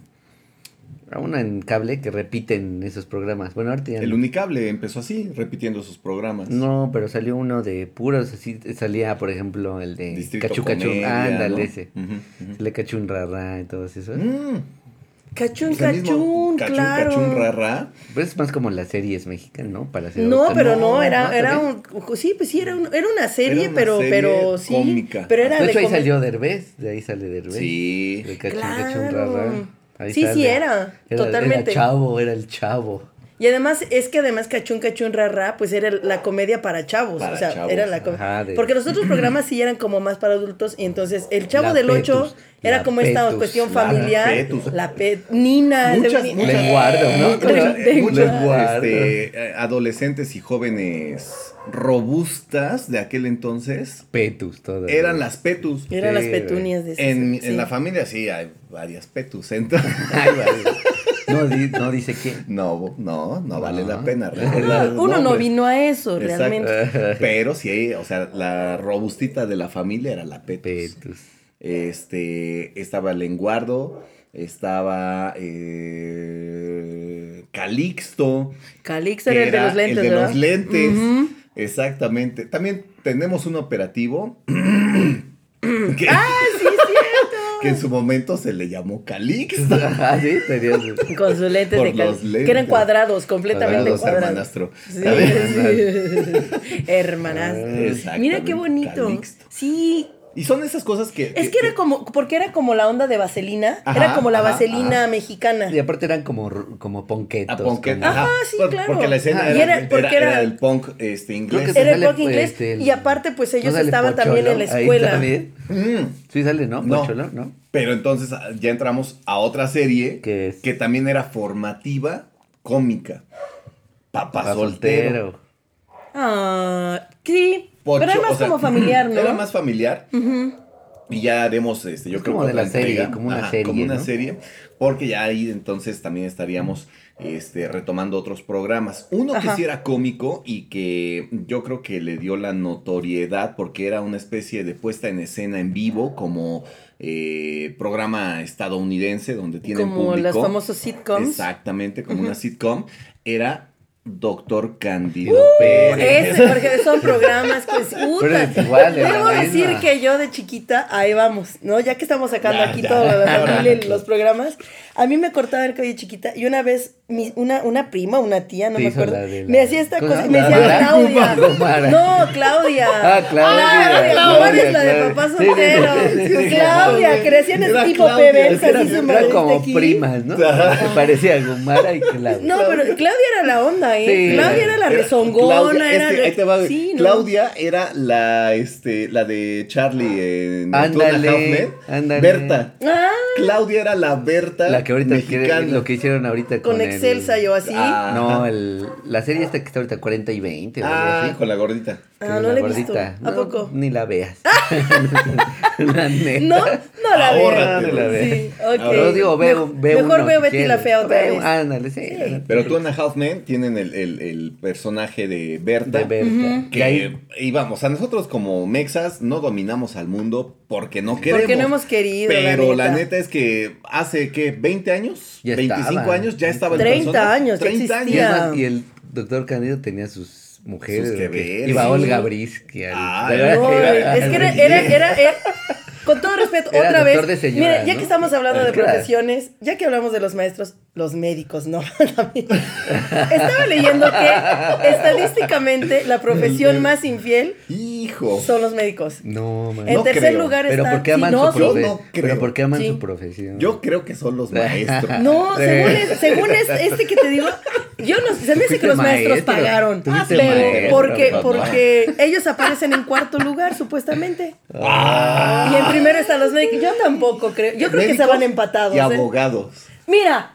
Speaker 3: a una en cable que repiten esos programas. Bueno, ahorita ya
Speaker 1: El
Speaker 3: no.
Speaker 1: Unicable empezó así, repitiendo sus programas.
Speaker 3: No, pero salió uno de puros, así salía, por ejemplo, el de
Speaker 1: Distrito
Speaker 3: Cachu Cachu,
Speaker 1: Comedia,
Speaker 3: ándale
Speaker 1: ¿no?
Speaker 3: ese.
Speaker 1: Ujú, ujú.
Speaker 3: Le Cachu un rarra y todo eso.
Speaker 1: Mm,
Speaker 2: Cachún,
Speaker 1: pues el mismo
Speaker 2: cachún, claro.
Speaker 1: Cachún, rarra.
Speaker 3: Pero es más como las series mexicanas, ¿no? Para hacer
Speaker 2: No,
Speaker 3: ahorita.
Speaker 2: pero no, era, era
Speaker 3: también.
Speaker 2: un, sí, pues sí, era, un- era una serie,
Speaker 1: Era una
Speaker 2: pero,
Speaker 1: serie
Speaker 2: pero sí,
Speaker 1: cómica.
Speaker 2: pero era
Speaker 3: De hecho, ahí
Speaker 2: com-
Speaker 3: salió Derbez, de ahí sale Derbez.
Speaker 1: Sí.
Speaker 3: De Cachu
Speaker 2: Claro.
Speaker 3: Cachu un rarra. Ahí
Speaker 2: Sí, sí
Speaker 3: sale.
Speaker 2: era, totalmente.
Speaker 3: Era chavo, era el chavo.
Speaker 2: Y además, es que además Cachún, Cachún, Rarra, pues era la comedia para chavos.
Speaker 1: Para
Speaker 2: o sea,
Speaker 1: chavos,
Speaker 2: era la co-
Speaker 3: ajá, de-
Speaker 2: Porque los otros programas sí eran como más para adultos. Y entonces, el Chavo
Speaker 3: La
Speaker 2: del 8
Speaker 3: Petus,
Speaker 2: era
Speaker 3: la
Speaker 2: como esta
Speaker 3: Petus,
Speaker 2: cuestión
Speaker 3: la
Speaker 2: familiar. La
Speaker 1: Petus.
Speaker 2: Pet- Nina.
Speaker 1: Muchas,
Speaker 2: Ah, de-
Speaker 1: muchas-
Speaker 3: Les guardo, ¿no?
Speaker 1: muchas-
Speaker 2: Tengo-
Speaker 1: eh,
Speaker 2: tengo-
Speaker 1: muchas,
Speaker 3: Les guardo.
Speaker 1: este, eh, adolescentes y jóvenes robustas de aquel entonces
Speaker 3: Petus, todo.
Speaker 1: eran las Petus.
Speaker 2: Eran
Speaker 3: Sí,
Speaker 2: las
Speaker 3: güey.
Speaker 2: petunias de esas,
Speaker 1: En,
Speaker 2: sí.
Speaker 1: en la familia sí hay varias Petus. entonces-
Speaker 3: Ay, vale. no, di- no dice quién.
Speaker 1: no, no, no vale
Speaker 3: No.
Speaker 1: la pena.
Speaker 2: No,
Speaker 3: Ah,
Speaker 1: recordar los
Speaker 2: uno no
Speaker 1: nombres.
Speaker 2: vino a eso,
Speaker 1: Exacto.
Speaker 2: realmente.
Speaker 1: Pero sí, o sea, la robustita de la familia era la Petus.
Speaker 3: Petus.
Speaker 1: Este, estaba Lenguardo, estaba eh, Calixto.
Speaker 2: Calixto era el de
Speaker 1: era
Speaker 2: los lentes,
Speaker 1: el de
Speaker 2: ¿verdad?
Speaker 1: los lentes.
Speaker 2: Ujú.
Speaker 1: Exactamente. También tenemos un operativo. que,
Speaker 2: Ah,
Speaker 1: que en su momento se le llamó Calixto.
Speaker 3: Ah, sí, tenías.
Speaker 2: Con sus lentes
Speaker 1: Por
Speaker 2: de cal-
Speaker 1: los
Speaker 2: Que eran
Speaker 1: lentes.
Speaker 2: cuadrados, completamente
Speaker 1: Los
Speaker 3: Cuadrados,
Speaker 2: cuadrados.
Speaker 1: hermanastro.
Speaker 2: Sí,
Speaker 1: A ver.
Speaker 2: sí. Hermanas.
Speaker 1: Exactamente,
Speaker 2: Mira qué bonito.
Speaker 1: Ah, Calixto.
Speaker 2: Sí.
Speaker 1: Y son esas cosas que.
Speaker 2: Es que era como, porque era como la onda de vaselina.
Speaker 1: Eh, Ajá,
Speaker 2: era como la
Speaker 1: ajá,
Speaker 2: vaselina
Speaker 1: ajá.
Speaker 2: mexicana.
Speaker 3: Y aparte eran como, r- como ponquetos.
Speaker 1: A Ah, punk,
Speaker 3: como-
Speaker 1: ajá,
Speaker 2: Ajá, sí,
Speaker 1: por-
Speaker 2: claro. Ah,
Speaker 1: Porque la escena
Speaker 3: Ajá.
Speaker 1: era,
Speaker 2: Y era-
Speaker 1: era-
Speaker 2: porque era-
Speaker 1: era el punk este,
Speaker 3: Creo que
Speaker 1: inglés.
Speaker 3: se
Speaker 2: Era el
Speaker 3: sale,
Speaker 2: rock inglés,
Speaker 3: este, el-
Speaker 2: y aparte, pues, ellos
Speaker 3: ¿no sale
Speaker 2: estaban también en la
Speaker 3: Pocholo? Ahí
Speaker 2: escuela.
Speaker 3: también.
Speaker 1: Mm,
Speaker 3: Sí sale, ¿no?
Speaker 1: No.
Speaker 3: Pocholo, ¿no?
Speaker 1: Pero entonces ah, ya entramos a otra serie
Speaker 3: ¿Qué es?
Speaker 1: que también era formativa, cómica. Papá,
Speaker 3: Pa'
Speaker 1: soltero.
Speaker 2: Ah, sí.
Speaker 1: Pocho,
Speaker 2: pero era más
Speaker 1: o sea,
Speaker 2: como familiar, ¿no?
Speaker 1: Era más familiar. Y ya haremos, este, yo
Speaker 3: Es
Speaker 1: creo
Speaker 3: como
Speaker 1: que
Speaker 3: de
Speaker 1: otra
Speaker 3: la serie,
Speaker 1: entrega.
Speaker 3: como una
Speaker 1: Ajá,
Speaker 3: serie,
Speaker 1: como una
Speaker 3: ¿no?
Speaker 1: serie, porque ya ahí entonces también estaríamos este, retomando otros programas. Uno
Speaker 2: Ajá.
Speaker 1: que sí era cómico y que yo creo que le dio la notoriedad porque era una especie de puesta en escena en vivo como eh, programa estadounidense donde tienen
Speaker 2: como las
Speaker 1: público.
Speaker 2: famosas sitcoms.
Speaker 1: Exactamente, como una sitcom. Era Doctor Candido
Speaker 2: ¡Uh!
Speaker 1: Pérez.
Speaker 2: Ese, porque son programas, pues, puta.
Speaker 3: es igual, es la
Speaker 2: Debo decir
Speaker 3: misma.
Speaker 2: que yo de chiquita, ahí vamos, ¿no? Ya que estamos sacando
Speaker 1: Ya,
Speaker 2: aquí
Speaker 1: ya.
Speaker 2: todo lo de la familia y los programas, a mí me cortaba el cabello chiquita y una vez mi- una, una prima, una tía, no
Speaker 3: Te
Speaker 2: me
Speaker 3: hizo
Speaker 2: acuerdo,
Speaker 3: la de la-
Speaker 2: me hacía esta
Speaker 3: ¿cómo
Speaker 2: cosa y
Speaker 3: se
Speaker 2: me
Speaker 3: llama?
Speaker 2: decía
Speaker 3: La
Speaker 2: Claudia.
Speaker 3: Cuba Gomara.
Speaker 2: No, Claudia.
Speaker 3: Ah, Claudia,
Speaker 2: Claudia,
Speaker 3: Claudia,
Speaker 2: es la de
Speaker 3: Claudia.
Speaker 2: papá
Speaker 3: Sí, sí, sí,
Speaker 2: soltero.
Speaker 3: sí, sí, sí.
Speaker 2: Claudia, crecían en este
Speaker 1: Era
Speaker 2: tipo
Speaker 1: Claudia,
Speaker 2: bebés,
Speaker 1: era-
Speaker 2: así su
Speaker 3: Eran
Speaker 2: madre
Speaker 3: como
Speaker 2: aquí.
Speaker 3: primas, ¿no? Se parecía a Gumara y Claudia.
Speaker 2: No, pero Claudia era la onda, ¿eh?
Speaker 3: Sí. este,
Speaker 2: Claudia era la
Speaker 1: Era-
Speaker 2: rezongona,
Speaker 1: Claudia, es
Speaker 2: era...
Speaker 1: que
Speaker 2: re-
Speaker 1: ahí te va, güey.
Speaker 2: Sí, ¿no?
Speaker 1: Claudia era la, este, la de Charlie en Two and a
Speaker 3: Ándale,
Speaker 1: Half Men.
Speaker 3: ándale.
Speaker 1: Berta.
Speaker 2: Ah,
Speaker 1: Claudia era la Berta
Speaker 3: La que ahorita quiere-
Speaker 1: mexicana.
Speaker 3: lo que hicieron ahorita con,
Speaker 2: con
Speaker 3: el-
Speaker 2: Excelsa yo así.
Speaker 1: Ah,
Speaker 2: Ah,
Speaker 3: No, el, la serie esta que está ahorita 40 y 20. o algo
Speaker 1: Ah,
Speaker 3: así.
Speaker 1: con la gordita.
Speaker 3: Que
Speaker 2: Ah, no
Speaker 3: la
Speaker 2: la he visto.
Speaker 3: gordita.
Speaker 2: ¿A
Speaker 3: No,
Speaker 2: poco? Ah.
Speaker 3: Ni la veas. la neta.
Speaker 2: No, no la veo.
Speaker 1: Ahórrate,
Speaker 3: No la veo.
Speaker 2: Sí, ok.
Speaker 1: Ahora
Speaker 3: digo, veo, veo
Speaker 2: Mejor
Speaker 3: uno,
Speaker 2: veo
Speaker 3: si
Speaker 2: Betty la
Speaker 3: quieres.
Speaker 2: Fea otra
Speaker 3: Veo-
Speaker 2: vez.
Speaker 3: Ándale, sí. ándale.
Speaker 1: Pero tú en Halfman tienen el, el, el personaje de Berta.
Speaker 3: De Berta.
Speaker 1: Que
Speaker 3: Y ahí-
Speaker 1: y vamos, a nosotros como mexas no dominamos al mundo porque no queremos.
Speaker 2: Porque no hemos querido, la
Speaker 1: Pero la neta,
Speaker 2: neta.
Speaker 1: es que hace, ¿qué? ¿20 años?
Speaker 3: Ya
Speaker 1: 25
Speaker 3: estaba.
Speaker 1: años ya estaba el
Speaker 2: 30
Speaker 1: personaje.
Speaker 2: años, ya
Speaker 1: 30
Speaker 3: Y, es
Speaker 2: existía.
Speaker 1: años.
Speaker 3: más, y el doctor Candido tenía sus mujeres.
Speaker 1: Sus que
Speaker 3: ¿no? Que
Speaker 1: ver,
Speaker 3: Iba
Speaker 1: sí.
Speaker 3: Olga Briski. al-
Speaker 1: Ah,
Speaker 3: de verdad
Speaker 2: No,
Speaker 3: que iba-
Speaker 2: es que era, era, era- era- con todo respeto,
Speaker 3: Era
Speaker 2: otra vez.
Speaker 3: doctor de señoras,
Speaker 2: mira, ya
Speaker 3: ¿no?
Speaker 2: que estamos hablando de
Speaker 3: Claro.
Speaker 2: profesiones, ya que hablamos de los maestros, los médicos, no. También. Estaba leyendo que estadísticamente la profesión más infiel
Speaker 1: Hijo.
Speaker 2: son los médicos.
Speaker 3: No, man.
Speaker 2: En
Speaker 1: No
Speaker 2: tercer
Speaker 1: creo.
Speaker 2: lugar
Speaker 3: pero
Speaker 2: está.
Speaker 3: ¿por qué
Speaker 2: sí,
Speaker 3: aman
Speaker 2: no,
Speaker 3: su
Speaker 2: sí.
Speaker 1: profe-
Speaker 3: profesión?
Speaker 1: no creo.
Speaker 3: pero ¿por qué aman
Speaker 2: Sí.
Speaker 3: su profesión?
Speaker 1: Yo creo que son los maestros.
Speaker 2: No,
Speaker 3: Sí.
Speaker 2: según, es- según es- este que te digo, yo no, se me hace que
Speaker 3: Fuiste
Speaker 2: los maestros
Speaker 3: maestro,
Speaker 2: pagaron.
Speaker 3: tú fuiste
Speaker 2: pero
Speaker 3: maestro,
Speaker 2: porque,
Speaker 1: papá.
Speaker 2: porque ellos aparecen en cuarto lugar, supuestamente.
Speaker 1: Ah.
Speaker 2: Y en primero están los médicos. Yo tampoco creo. Yo creo que
Speaker 1: Médicos
Speaker 2: estaban empatados.
Speaker 1: Y
Speaker 2: ¿eh?
Speaker 1: abogados.
Speaker 2: Mira,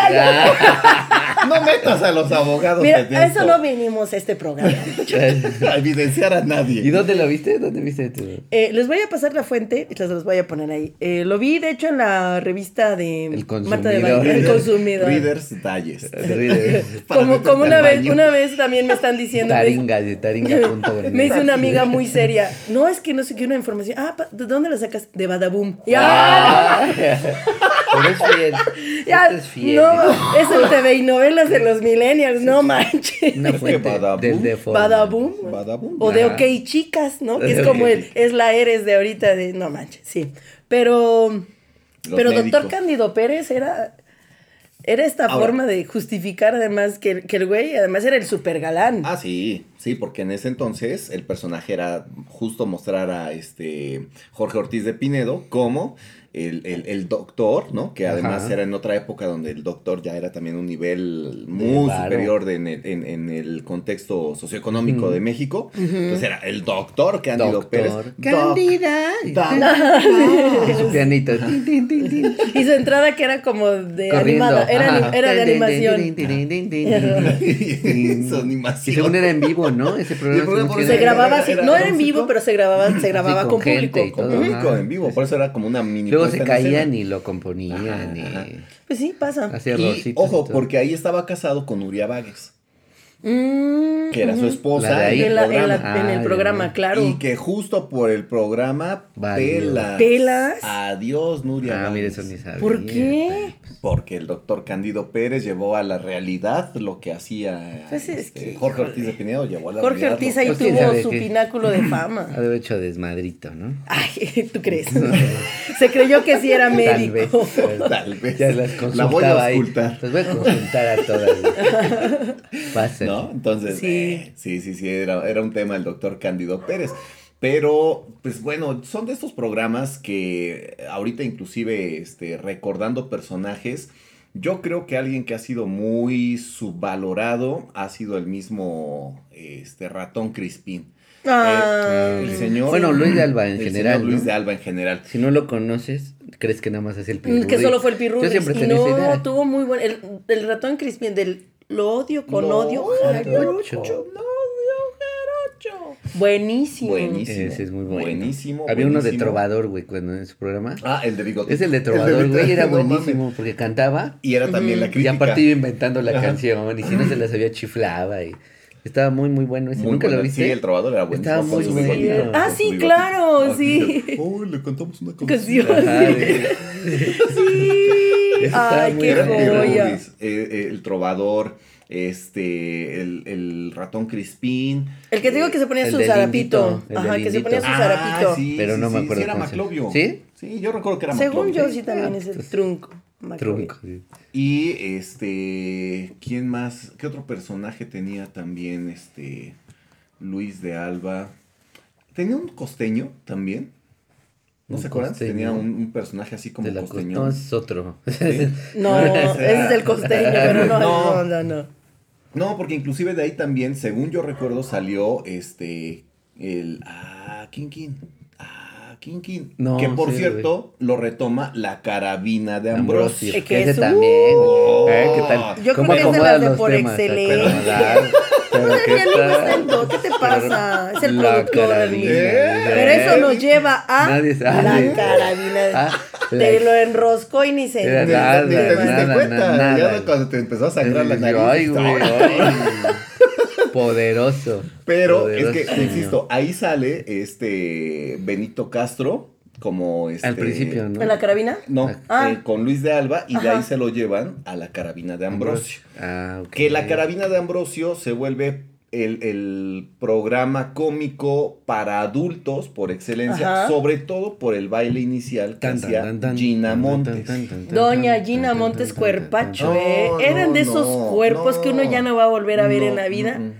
Speaker 3: Ah,
Speaker 1: No metas a los abogados.
Speaker 2: Ah. mira,
Speaker 1: en
Speaker 2: a eso
Speaker 1: esto.
Speaker 2: no vinimos a este programa.
Speaker 1: A evidenciar a nadie.
Speaker 3: ¿Y dónde la viste? ¿Dónde viste tú?
Speaker 2: Eh, les voy a pasar la fuente y las los voy a poner ahí. Eh, lo vi, de hecho, en la revista de
Speaker 3: El
Speaker 2: Marta de
Speaker 3: Consumidor.
Speaker 2: Baile, El consumidor.
Speaker 1: Readers Digest.
Speaker 3: Te ríes.
Speaker 1: Para
Speaker 2: Como,
Speaker 1: meterte
Speaker 2: como
Speaker 1: al
Speaker 2: una vez,
Speaker 1: baño.
Speaker 2: una vez también me están diciendo. me dijo-
Speaker 3: Taringa, de taringa.net.
Speaker 2: Me dice una amiga muy seria. No, es que no sé qué una información. Ah, pa- ¿de dónde la sacas? De Badaboom. Y, ¡ah!
Speaker 3: pero es fiel.
Speaker 2: Ya,
Speaker 3: Esta este es fiel.
Speaker 2: no, es el TV y novelas de los millennials, no manches.
Speaker 3: Una fuente
Speaker 1: Badaboom.
Speaker 3: del deforme.
Speaker 2: Badaboom.
Speaker 1: Badaboom.
Speaker 2: O de
Speaker 3: Ajá.
Speaker 2: OK Chicas, ¿no? Que es
Speaker 3: Ok.
Speaker 2: como el, es la Eres de ahorita de, no manches, sí. Pero,
Speaker 1: Los
Speaker 2: pero
Speaker 1: médicos.
Speaker 2: doctor Cándido Pérez era, era esta
Speaker 1: Ahora.
Speaker 2: forma de justificar además que, el- que el güey además era el super galán.
Speaker 1: Ah, sí, sí, porque en ese entonces el personaje era justo mostrar a este Jorge Ortiz de Pinedo como el, el- el doctor, ¿no? Que además
Speaker 3: Ajá.
Speaker 1: era en otra época donde el doctor ya era también un nivel muy
Speaker 3: varo.
Speaker 1: superior de- en, el, en- en el contexto socioeconómico de México. Entonces era el doctor Cándido
Speaker 3: Doctor.
Speaker 1: Pérez.
Speaker 3: Cándida. Y su pianito. Tin, tin, tin, tin.
Speaker 2: Y su entrada que era como de
Speaker 3: Corriendo.
Speaker 2: animada, era, ani-
Speaker 3: Ajá.
Speaker 2: era de
Speaker 3: Tin, tin,
Speaker 2: animación.
Speaker 3: tin, tin, tin, tin,
Speaker 2: Ajá.
Speaker 3: tin.
Speaker 1: Su
Speaker 3: Y según
Speaker 1: animación.
Speaker 3: era en vivo, ¿no?
Speaker 1: Y
Speaker 3: Ese
Speaker 1: el programa
Speaker 3: programa.
Speaker 1: por
Speaker 2: Se
Speaker 1: Era-
Speaker 2: grababa,
Speaker 1: era-
Speaker 2: así,
Speaker 1: era
Speaker 2: no era
Speaker 1: un
Speaker 2: en vivo,
Speaker 1: circo.
Speaker 2: pero se grababa, se grababa
Speaker 3: con
Speaker 2: con,
Speaker 3: gente y
Speaker 2: público.
Speaker 1: Con
Speaker 3: todo.
Speaker 2: Ujú.
Speaker 1: público en vivo, por eso era como una mini.
Speaker 3: Luego
Speaker 1: puesta
Speaker 3: se
Speaker 1: en escena.
Speaker 3: caían y lo componían y
Speaker 2: Pues sí, pasa.
Speaker 3: hacía
Speaker 1: Y,
Speaker 3: errorcitos.
Speaker 1: ojo,
Speaker 3: y todo.
Speaker 1: porque ahí estaba casado con Nuria Vagues,
Speaker 2: Mm,
Speaker 1: que era su
Speaker 2: ujú.
Speaker 1: esposa.
Speaker 3: La de ahí.
Speaker 1: en el
Speaker 2: en, la- en la-
Speaker 1: programa.
Speaker 2: en
Speaker 3: Ah,
Speaker 2: el
Speaker 3: ya.
Speaker 2: programa, claro.
Speaker 1: Y que justo por el programa
Speaker 3: Valió.
Speaker 1: pelas.
Speaker 2: Pelas.
Speaker 1: Adiós, Nuria.
Speaker 3: Ah, mire,
Speaker 1: Valles.
Speaker 3: eso ni sabía.
Speaker 2: ¿Por qué?
Speaker 1: Porque el doctor Candido Pérez llevó a la realidad lo que hacía
Speaker 2: Pues es
Speaker 1: este,
Speaker 2: que,
Speaker 1: Jorge
Speaker 2: híjole.
Speaker 1: Ortiz de Pinedo. Llevó a la
Speaker 2: Jorge
Speaker 1: realidad
Speaker 2: Ortiz
Speaker 1: lo
Speaker 2: ahí
Speaker 1: que-
Speaker 3: Pues quién sabe
Speaker 2: tuvo su
Speaker 3: qué.
Speaker 2: pináculo de
Speaker 3: Ha de
Speaker 2: fama.
Speaker 3: haber hecho desmadrito, ¿no?
Speaker 2: Ay, ¿tú crees? Se creyó que sí era
Speaker 3: Tal vez.
Speaker 2: médico.
Speaker 1: Tal vez.
Speaker 3: Ya las
Speaker 1: La voy
Speaker 3: consultaba
Speaker 1: a
Speaker 3: ahí.
Speaker 1: ocultar.
Speaker 3: Las voy a consultar a todas. güey. Pásenle.
Speaker 1: ¿No? Entonces,
Speaker 2: Sí.
Speaker 1: eh, sí, sí, sí, era, era un tema el doctor Cándido Pérez. Pero, pues bueno, son de estos programas que ahorita inclusive este, recordando personajes, yo creo que alguien que ha sido muy subvalorado ha sido el mismo este, ratón Crispín. Eh,
Speaker 2: Ah,
Speaker 1: El señor...
Speaker 3: Bueno, Luis de Alba en
Speaker 1: el señor
Speaker 3: general,
Speaker 1: Luis
Speaker 3: ¿no?
Speaker 1: de Alba en general.
Speaker 3: Si no lo conoces, crees que nada más es el pirurris.
Speaker 2: Mm, que solo fue el pirruris.
Speaker 3: Yo siempre
Speaker 2: Y
Speaker 3: tenía esa idea.
Speaker 2: no, tuvo muy buen. El, el ratón Crispin del lo odio con
Speaker 1: No,
Speaker 2: odio.
Speaker 3: Jarocho.
Speaker 1: Jarocho, no, Dios, Jarocho.
Speaker 2: Buenísimo.
Speaker 1: Buenísimo.
Speaker 3: Ese es muy bueno.
Speaker 1: Buenísimo.
Speaker 3: Había uno de
Speaker 1: buenísimo.
Speaker 3: Trovador, güey, cuando en su programa.
Speaker 1: Ah, el de Bigote.
Speaker 3: es el de Trovador, güey, era buenísimo porque cantaba
Speaker 1: Y era también la
Speaker 3: y
Speaker 1: crítica.
Speaker 3: aparte iba inventando la
Speaker 1: Ajá.
Speaker 3: canción y si no se la sabía chiflaba y estaba muy muy bueno ese.
Speaker 1: Muy
Speaker 3: ¿Nunca
Speaker 1: buena.
Speaker 3: lo viste?
Speaker 1: Sí, el trovador era buenísimo.
Speaker 3: Estaba
Speaker 1: con
Speaker 3: muy
Speaker 1: su
Speaker 3: bueno.
Speaker 1: bigotito,
Speaker 2: Ah,
Speaker 1: con su
Speaker 2: sí,
Speaker 1: bigotito.
Speaker 2: claro,
Speaker 1: Ah,
Speaker 2: sí.
Speaker 1: Oh, le cantamos una
Speaker 2: Canción.
Speaker 3: Ajá, güey.
Speaker 2: Sí.
Speaker 3: estaba
Speaker 2: Ay,
Speaker 3: muy
Speaker 2: qué
Speaker 1: Era
Speaker 3: bueno.
Speaker 2: joya.
Speaker 1: Pirruris, eh, eh, el trovador, este, el, el ratón Crispín.
Speaker 2: El que te digo que se ponía
Speaker 3: El
Speaker 2: su
Speaker 3: del
Speaker 2: zarapito.
Speaker 3: lindito, el
Speaker 2: Ajá,
Speaker 3: del
Speaker 2: que se
Speaker 3: lindito.
Speaker 2: ponía su
Speaker 3: Ah,
Speaker 2: zarapito.
Speaker 1: sí,
Speaker 3: Pero
Speaker 1: sí,
Speaker 3: no me
Speaker 1: sí,
Speaker 3: acuerdo
Speaker 1: Sí, era
Speaker 3: cómo se llama.
Speaker 1: Maclovio.
Speaker 3: ¿Sí?
Speaker 1: Sí, yo recuerdo que era
Speaker 2: Según
Speaker 1: Maclovio.
Speaker 2: yo, sí también es el trunco. Maclovio.
Speaker 3: Trunco. sí.
Speaker 1: Y este, ¿quién más? ¿Qué otro personaje tenía también este Luis de Alba? Tenía un costeño también. ¿No
Speaker 3: Un
Speaker 1: se acuerdan?
Speaker 3: costeño.
Speaker 1: Tenía un, un personaje así como
Speaker 3: De la costa-
Speaker 1: costeño.
Speaker 3: No, es otro.
Speaker 1: Sí.
Speaker 2: No, ese es el costeño, pero no,
Speaker 1: No.
Speaker 2: no, no, no.
Speaker 1: No, porque inclusive de ahí también, según yo recuerdo, salió este el ah, King King. Ah, King King.
Speaker 3: No,
Speaker 1: que por
Speaker 3: sí,
Speaker 1: cierto, lo retoma la carabina de Ambrosio.
Speaker 3: Ambrosio.
Speaker 2: Es que
Speaker 3: Ese
Speaker 2: es- Oh.
Speaker 3: también.
Speaker 1: ¡Uh!
Speaker 3: güey. Eh, ¿Qué tal?
Speaker 2: Yo creo
Speaker 3: ¿Cómo
Speaker 2: que es de
Speaker 3: acomoda
Speaker 2: las de
Speaker 3: los
Speaker 2: por
Speaker 3: temas?
Speaker 2: excelencia.
Speaker 3: Acomoda. Pero
Speaker 2: Pues
Speaker 3: ¿qué
Speaker 2: el pianista
Speaker 3: tal?
Speaker 2: está en todo, ¿qué te pasa? Es el
Speaker 3: La
Speaker 2: productor,
Speaker 3: carabina,
Speaker 2: amigo.
Speaker 1: ¿Eh?
Speaker 2: Pero eso nos lleva a
Speaker 3: Nadie sabe.
Speaker 2: la carabina.
Speaker 3: Ah,
Speaker 2: te
Speaker 3: la-
Speaker 2: lo enroscó y ni se
Speaker 3: Era
Speaker 2: ni-
Speaker 3: nada,
Speaker 2: ni-
Speaker 1: Ni te diste
Speaker 3: nada,
Speaker 1: cuenta,
Speaker 3: nada,
Speaker 1: ya
Speaker 3: nada. Eh,
Speaker 1: cuando te empezó a sangrar la nariz.
Speaker 3: Ay,
Speaker 1: dijiste,
Speaker 3: güey,
Speaker 1: "Ay".
Speaker 3: ay. Poderoso.
Speaker 1: Pero
Speaker 3: Poderoso
Speaker 1: es que,
Speaker 3: señor.
Speaker 1: insisto, ahí sale este Benito Castro como este.
Speaker 3: Al principio, ¿no?
Speaker 2: ¿En la carabina?
Speaker 1: No,
Speaker 2: Ah.
Speaker 1: eh, con Luis de Alba y de ahí
Speaker 2: Ajá.
Speaker 1: se lo llevan a la carabina de Ambrosio.
Speaker 3: Ah, ok.
Speaker 1: Que la carabina de Ambrosio se vuelve el, el programa cómico para adultos por excelencia,
Speaker 2: Ajá.
Speaker 1: sobre todo por el baile inicial que
Speaker 3: Tan, tan,
Speaker 1: hacía
Speaker 3: tan, tan,
Speaker 1: Gina
Speaker 3: tan, tan,
Speaker 1: Montes.
Speaker 3: tan, tan, tan,
Speaker 2: Doña
Speaker 3: tan,
Speaker 2: Gina
Speaker 3: tan,
Speaker 2: Montes
Speaker 3: tan, tan, tan,
Speaker 2: Cuerpacho,
Speaker 1: tan, tan.
Speaker 2: ¿eh?
Speaker 1: No,
Speaker 2: Eran de
Speaker 1: no,
Speaker 2: esos
Speaker 1: no,
Speaker 2: cuerpos que uno ya no va a volver a ver
Speaker 1: no,
Speaker 2: en la vida.
Speaker 1: mm, mm.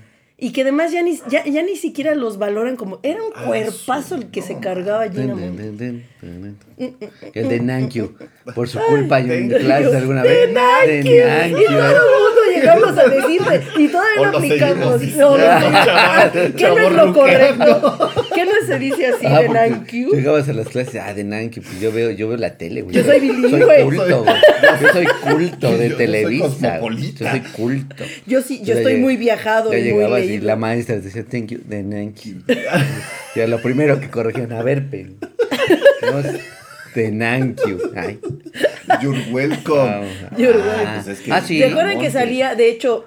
Speaker 2: Y que además ya ni, ya, ya ni siquiera los valoran como. Era un
Speaker 1: Ah,
Speaker 2: cuerpazo el que se cargaba
Speaker 3: tan,
Speaker 2: Gina
Speaker 3: tan,
Speaker 2: Montes.
Speaker 3: tan, tan, tan,
Speaker 2: Eh,
Speaker 3: tan. El de Nankyu. Por su culpa yo en
Speaker 1: Thank
Speaker 3: clase
Speaker 1: you.
Speaker 3: alguna
Speaker 2: De
Speaker 3: vez. ¿eh?
Speaker 2: Nike. Y todo el mundo llegamos a decirle. Y
Speaker 1: O
Speaker 2: todavía
Speaker 1: lo
Speaker 2: lo aplicamos.
Speaker 1: seguimos
Speaker 2: No,
Speaker 1: diciendo,
Speaker 2: no.
Speaker 1: chaval,
Speaker 2: ¿Qué no es lo
Speaker 1: chavorruqueando.
Speaker 2: correcto? ¿Qué no se dice así
Speaker 3: Ah,
Speaker 2: de
Speaker 3: porque
Speaker 2: Nike?
Speaker 3: Llegabas a las clases, ah, de Nanki, pues yo veo, yo veo la tele, güey.
Speaker 2: Yo soy bilingüe.
Speaker 3: Soy culto, güey. Yo soy culto
Speaker 1: Yo
Speaker 3: de
Speaker 1: soy
Speaker 3: Televisa. güey.
Speaker 1: cosmopolita.
Speaker 3: Yo soy culto.
Speaker 2: Yo sí, yo
Speaker 3: Ya
Speaker 2: estoy
Speaker 3: llegué-
Speaker 2: muy viajado
Speaker 3: Ya
Speaker 2: y muy
Speaker 3: llegaba así,
Speaker 2: leído.
Speaker 3: la maestra decía, thank you, de Nanki. Y a lo primero que corregían, a ver, pen. No, de Nanki. Ay.
Speaker 1: You're welcome. pues
Speaker 3: Ah,
Speaker 2: You're
Speaker 3: ah,
Speaker 1: welcome.
Speaker 3: ah, sí.
Speaker 2: ¿Te acuerdan que
Speaker 1: Montes.
Speaker 2: salía, de hecho,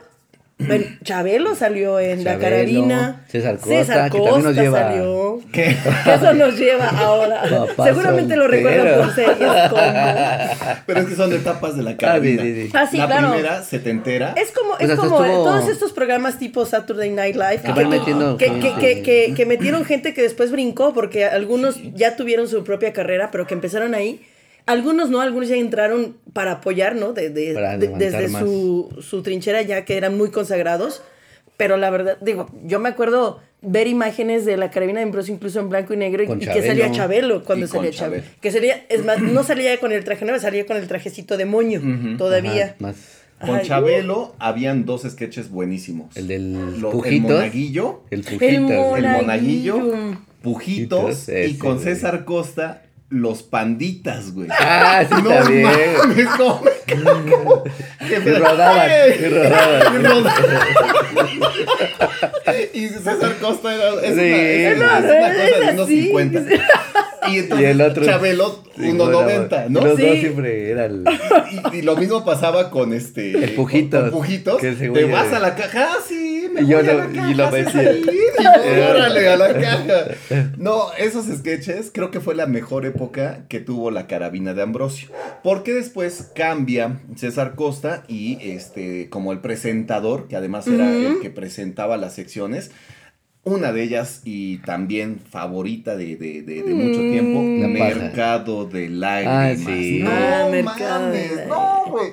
Speaker 2: Bueno, Chabelo salió en La
Speaker 3: Chabelo,
Speaker 2: Carolina.
Speaker 3: César Costa, que también nos lleva-
Speaker 2: salió.
Speaker 1: ¿Qué?
Speaker 2: Eso nos lleva ahora.
Speaker 3: Papá
Speaker 2: Seguramente lo recuerdan
Speaker 3: soltero.
Speaker 2: por series como.
Speaker 1: Pero es que son etapas de la carrera.
Speaker 3: sí, sí.
Speaker 2: Ah, sí,
Speaker 1: la
Speaker 2: claro.
Speaker 1: primera setentera.
Speaker 2: Es como,
Speaker 3: Pues
Speaker 2: es
Speaker 3: hasta
Speaker 2: como eh,
Speaker 3: estuvo-
Speaker 2: todos estos programas tipo Saturday Night Live que,
Speaker 3: Que van
Speaker 2: que-
Speaker 3: metiendo
Speaker 2: que-
Speaker 3: gente.
Speaker 2: que- que- que- que metieron gente que después brincó, porque algunos ya tuvieron su propia carrera, pero que empezaron ahí. Algunos no, algunos ya entraron para apoyar, ¿no? De- de-
Speaker 3: Para
Speaker 2: de-
Speaker 3: levantar
Speaker 2: desde
Speaker 3: más.
Speaker 2: su, su trinchera ya que eran muy consagrados. Pero la verdad, digo, yo me acuerdo ver imágenes de la carabina de Ambrosio incluso en blanco y negro y,
Speaker 3: Con
Speaker 2: y que salía
Speaker 3: Chabelo.
Speaker 2: Chabelo cuando
Speaker 1: Y con
Speaker 2: salía Chabelo.
Speaker 1: Chabelo.
Speaker 2: Que salía, es más, no salía con el traje nuevo, salía con el trajecito de moño todavía.
Speaker 3: Ajá, más.
Speaker 1: Con
Speaker 2: Ay, uh.
Speaker 1: Chabelo habían dos sketches buenísimos.
Speaker 3: El del
Speaker 1: Lo- el
Speaker 3: Pujitos.
Speaker 1: monaguillo,
Speaker 3: El Pujitos.
Speaker 2: El
Speaker 1: el monaguillo,
Speaker 2: Monaguillo.
Speaker 3: Pujitos,
Speaker 1: Pujitos y
Speaker 3: ese,
Speaker 1: con
Speaker 3: güey.
Speaker 1: César Costa, los panditas, güey.
Speaker 3: Ah, sí,
Speaker 1: no
Speaker 3: también.
Speaker 1: mames, no me cago. Que
Speaker 3: Y rodaban, y rodaban.
Speaker 1: Y rodaban. Y César Costa era es
Speaker 3: Sí.
Speaker 1: una, es una- es una cosa de unos 50. Y entonces
Speaker 3: Y el otro-
Speaker 1: Chabelo,
Speaker 3: Sí,
Speaker 1: 1.90,
Speaker 3: y
Speaker 1: ¿no?
Speaker 3: Los dos
Speaker 2: Sí.
Speaker 3: siempre era el...
Speaker 1: Y, y lo mismo pasaba con este.
Speaker 3: El Pujitos.
Speaker 1: con- con Pujitos.
Speaker 3: Que ese güey
Speaker 1: te vas
Speaker 3: era-
Speaker 1: a la caja, ah, sí, me
Speaker 3: Y yo
Speaker 1: voy a
Speaker 3: lo-
Speaker 1: la caja.
Speaker 3: y lo
Speaker 1: César,
Speaker 3: metía.
Speaker 1: y yo, órale, a la caja. No, esos sketches creo que fue la mejor época que tuvo la carabina de Ambrosio. Porque después cambia César Costa y este, como el presentador, que además era el que presentaba las secciones. Una de ellas y también favorita de, de- de- de mucho tiempo,
Speaker 3: La paja.
Speaker 1: Mercado de Lágrimas.
Speaker 3: sí.
Speaker 1: No
Speaker 2: Ah, mercado de
Speaker 1: mames, no, güey.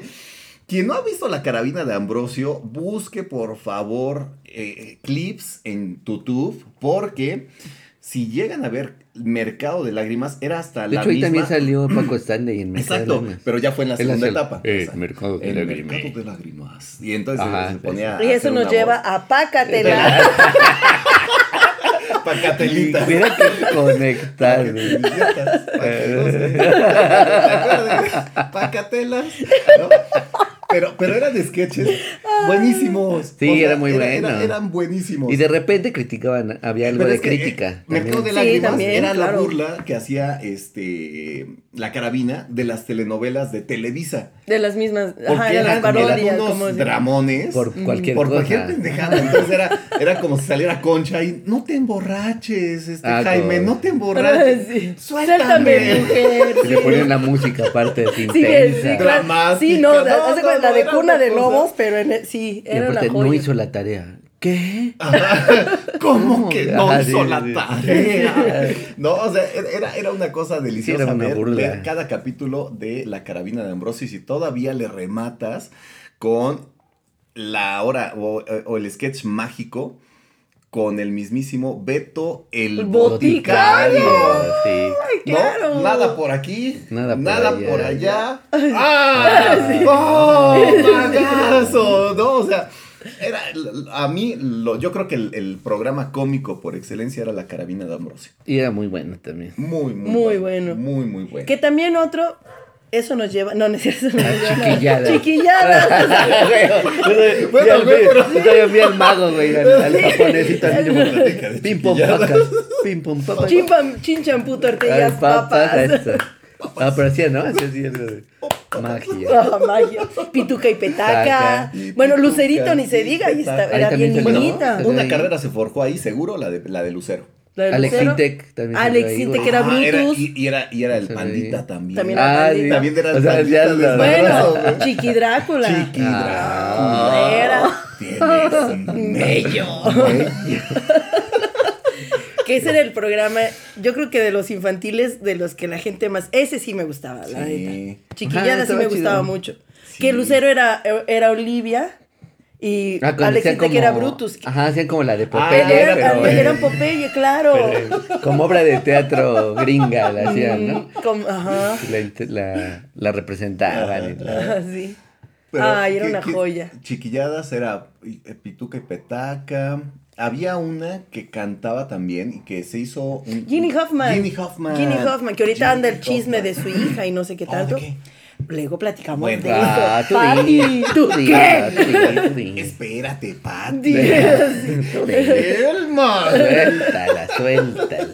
Speaker 1: Quien no ha visto la carabina de Ambrosio, busque por favor eh, clips en YouTube, porque si llegan a ver Mercado de Lágrimas, era hasta
Speaker 3: De
Speaker 1: la
Speaker 3: hecho, ahí
Speaker 1: misma.
Speaker 3: también salió Paco Stanley en Mercado de
Speaker 1: Exacto,
Speaker 3: Lágrimas.
Speaker 1: pero ya fue en la
Speaker 3: En la
Speaker 1: segunda
Speaker 3: seg-
Speaker 1: etapa.
Speaker 3: Eh,
Speaker 1: Exacto.
Speaker 3: Mercado de
Speaker 1: El
Speaker 3: Lágrimas.
Speaker 1: Mercado de Lágrimas. Y entonces
Speaker 3: Ajá,
Speaker 1: se ponía. a
Speaker 2: Y eso
Speaker 1: Ah, hacer
Speaker 2: nos
Speaker 1: una
Speaker 2: lleva
Speaker 1: voz.
Speaker 2: a Pácatela.
Speaker 1: Pacatelita.
Speaker 3: Hubiera que conectar. güey.
Speaker 1: Idiotas, paquetos, ¿eh? ¿Te acuerdas?
Speaker 3: Eh.
Speaker 1: Pacatelas. ¿no? Pero, pero eran sketches buenísimos.
Speaker 3: Sí, era muy
Speaker 1: bueno
Speaker 3: bueno.
Speaker 1: eran buenísimos.
Speaker 3: Y de repente criticaban, había algo
Speaker 1: Pero
Speaker 3: de
Speaker 1: es que, eh,
Speaker 3: crítica.
Speaker 1: Mercado de
Speaker 3: también.
Speaker 2: Sí,
Speaker 1: Lágrimas
Speaker 2: también,
Speaker 1: era la
Speaker 2: claro.
Speaker 1: burla que hacía este la carabina de las telenovelas de Televisa.
Speaker 2: De las mismas. Ajá,
Speaker 1: Porque
Speaker 2: de las
Speaker 1: eran,
Speaker 2: parodias.
Speaker 1: eran unos
Speaker 2: como decir.
Speaker 1: dramones.
Speaker 3: Por cualquier
Speaker 1: por
Speaker 3: cosa.
Speaker 1: cualquier pendejada. Entonces era, era como si saliera Concha y no te emborraches, este
Speaker 3: Ah,
Speaker 1: Jaime,
Speaker 3: con-
Speaker 1: no te emborraches.
Speaker 2: Sí.
Speaker 1: Suéltame.
Speaker 2: Suéltame, mujer.
Speaker 3: Y le ponían la música aparte de
Speaker 2: Sí, sí,
Speaker 3: intensa.
Speaker 2: claro.
Speaker 1: Dramática.
Speaker 2: Sí, no,
Speaker 1: No,
Speaker 2: de- haz
Speaker 1: no,
Speaker 2: de cuenta,
Speaker 1: no,
Speaker 2: de
Speaker 1: era
Speaker 2: cuna
Speaker 1: otra
Speaker 2: de
Speaker 1: cosa.
Speaker 2: lobos, pero en, sí,
Speaker 3: y
Speaker 2: era una
Speaker 3: aparte
Speaker 2: joya.
Speaker 3: no hizo la tarea. ¿Qué?
Speaker 1: ¿Cómo que no
Speaker 3: Ah, sí,
Speaker 1: hizo
Speaker 3: sí,
Speaker 1: la
Speaker 3: sí.
Speaker 1: tarea? No, o sea, era, era una cosa deliciosa
Speaker 3: era una
Speaker 1: ver,
Speaker 3: burla.
Speaker 1: ver cada capítulo de La Carabina de Ambrosio y si todavía le rematas con la hora o, o el sketch mágico con el mismísimo Beto el
Speaker 2: Boticario.
Speaker 1: Boticario.
Speaker 3: Sí.
Speaker 1: ¿No?
Speaker 2: claro.
Speaker 1: Nada por aquí,
Speaker 3: Nada
Speaker 1: nada
Speaker 3: por
Speaker 1: por
Speaker 3: allá.
Speaker 1: allá. ¡Ah! ¡Oh, magazo! No, o sea, era, a mí, lo, yo creo que el, el programa cómico por excelencia era La Carabina de Ambrosio.
Speaker 3: Y era muy bueno también.
Speaker 1: Muy, muy,
Speaker 2: Muy bueno.
Speaker 1: Muy, muy bueno.
Speaker 2: Que también otro. Eso nos lleva. No, no es cierto, eso
Speaker 1: Ah,
Speaker 2: nos lleva-
Speaker 3: Chiquilladas.
Speaker 2: Chiquilladas.
Speaker 1: Bueno,
Speaker 3: Bueno,
Speaker 1: güey, pero-
Speaker 3: Yo todavía vi al mago, güey, al, al japonesito. al mismo.
Speaker 1: Platica de
Speaker 3: Pim pom
Speaker 1: chiquilladas.
Speaker 3: pacas. Pim pom pacas.
Speaker 2: Chimpam, chinchan, puto,
Speaker 3: Ay,
Speaker 2: ortegas,
Speaker 3: papas.
Speaker 2: papas.
Speaker 3: eso. Ah, pero hacía, ¿no? Hacía así, eso de Magia.
Speaker 2: Ah, magia. Pituca y petaca.
Speaker 3: Taca.
Speaker 2: Bueno,
Speaker 1: Pituca
Speaker 2: Lucerito ni se
Speaker 1: y
Speaker 2: diga. Y
Speaker 1: petaca.
Speaker 2: está,
Speaker 3: Ahí
Speaker 2: era
Speaker 3: también
Speaker 2: bien
Speaker 3: se lo-
Speaker 2: niñita.
Speaker 3: se lo-
Speaker 1: Una carrera se forjó ahí, seguro, la de, la de Lucero.
Speaker 2: La de
Speaker 3: Alex
Speaker 2: Lucero.
Speaker 3: Intec también.
Speaker 2: Alex Intec era
Speaker 1: Ah,
Speaker 2: Brutus.
Speaker 1: y, y era, y era el
Speaker 3: Sí.
Speaker 1: pandita también.
Speaker 2: También era-
Speaker 3: Ah, sí.
Speaker 1: También era el
Speaker 3: o sea,
Speaker 1: pandita
Speaker 3: ya la-
Speaker 1: desmadrado,
Speaker 2: Bueno, Chiqui Drácula.
Speaker 1: Chiqui
Speaker 2: Ah.
Speaker 1: Drácula. Tienes un mello. güey.
Speaker 2: Que ese era el programa, yo creo que de los infantiles, de los que la gente más. Ese sí me gustaba, la
Speaker 1: Sí.
Speaker 2: neta.
Speaker 3: Ajá,
Speaker 2: Chiquillada sí
Speaker 3: estaba
Speaker 2: me
Speaker 3: chido.
Speaker 2: gustaba mucho.
Speaker 1: Sí.
Speaker 2: Que Lucero era, era Olivia y
Speaker 3: Ah, cuando
Speaker 2: Alex
Speaker 3: hacían
Speaker 2: Intec era
Speaker 3: como-
Speaker 2: Brutus.
Speaker 3: Ajá, hacían como la de Popeye.
Speaker 1: Ah,
Speaker 2: Pero eran,
Speaker 3: pero-
Speaker 2: también eran Popeye, claro.
Speaker 3: pero como obra de teatro gringa la hacían, ¿no?
Speaker 2: Mm, Como- ajá.
Speaker 3: La, int- la, la representaban. y la-
Speaker 2: Ajá, sí.
Speaker 1: Pero,
Speaker 2: Ay, era
Speaker 1: ¿qué-
Speaker 2: una
Speaker 1: qué-
Speaker 2: joya.
Speaker 1: Chiquilladas era eh, Pituca y Petaca. Había una que cantaba también y que se hizo. un-
Speaker 2: Ginny Hoffman.
Speaker 1: Ginny Hoffman.
Speaker 2: Ginny Hoffman, que ahorita
Speaker 1: Ginny
Speaker 2: anda el chisme
Speaker 1: Hoffman.
Speaker 2: de su hija y no sé qué
Speaker 1: Oh,
Speaker 2: tanto.
Speaker 1: ¿de qué?
Speaker 2: Luego platicamos
Speaker 1: Bueno.
Speaker 2: de
Speaker 3: Ah,
Speaker 2: eso.
Speaker 3: tú di,
Speaker 2: Pati, ¿tú
Speaker 3: di, ah,
Speaker 2: qué?
Speaker 3: tú di, tú di.
Speaker 1: Espérate, Pati.
Speaker 2: Dios.
Speaker 1: Elma.
Speaker 3: Suéltala, suéltala.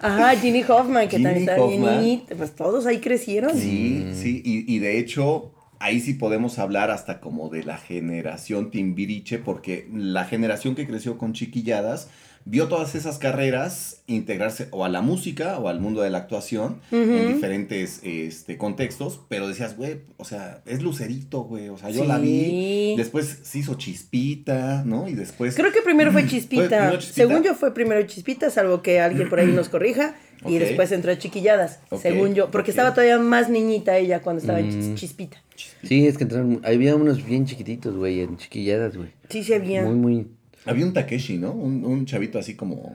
Speaker 2: Ajá, Ginny Hoffman, que
Speaker 1: Ginny
Speaker 2: también está bien
Speaker 1: Hoffman.
Speaker 2: niñita. Pues todos ahí crecieron.
Speaker 1: Sí, sí, y, y de hecho ahí sí podemos hablar hasta como de la generación timbiriche, porque la generación que creció con chiquilladas vio todas esas carreras integrarse o a la música o al mundo de la actuación uh -huh. en diferentes este, contextos, pero decías, güey, o sea, es Lucerito, güey, o sea, yo sí. la vi, después se hizo Chispita, ¿no? Y después...
Speaker 2: Creo que primero fue Chispita, ¿Fue primero Chispita? según yo fue primero Chispita, salvo que alguien por ahí nos corrija, okay. y después entró a Chiquilladas, okay. según yo, porque okay. estaba todavía más niñita ella cuando estaba en mm. Chispita.
Speaker 3: Sí, es que entraron, había unos bien chiquititos, güey, en Chiquilladas, güey.
Speaker 2: Sí, se había.
Speaker 3: Muy, muy
Speaker 1: había un Takeshi, ¿no? Un, un, chavito así como.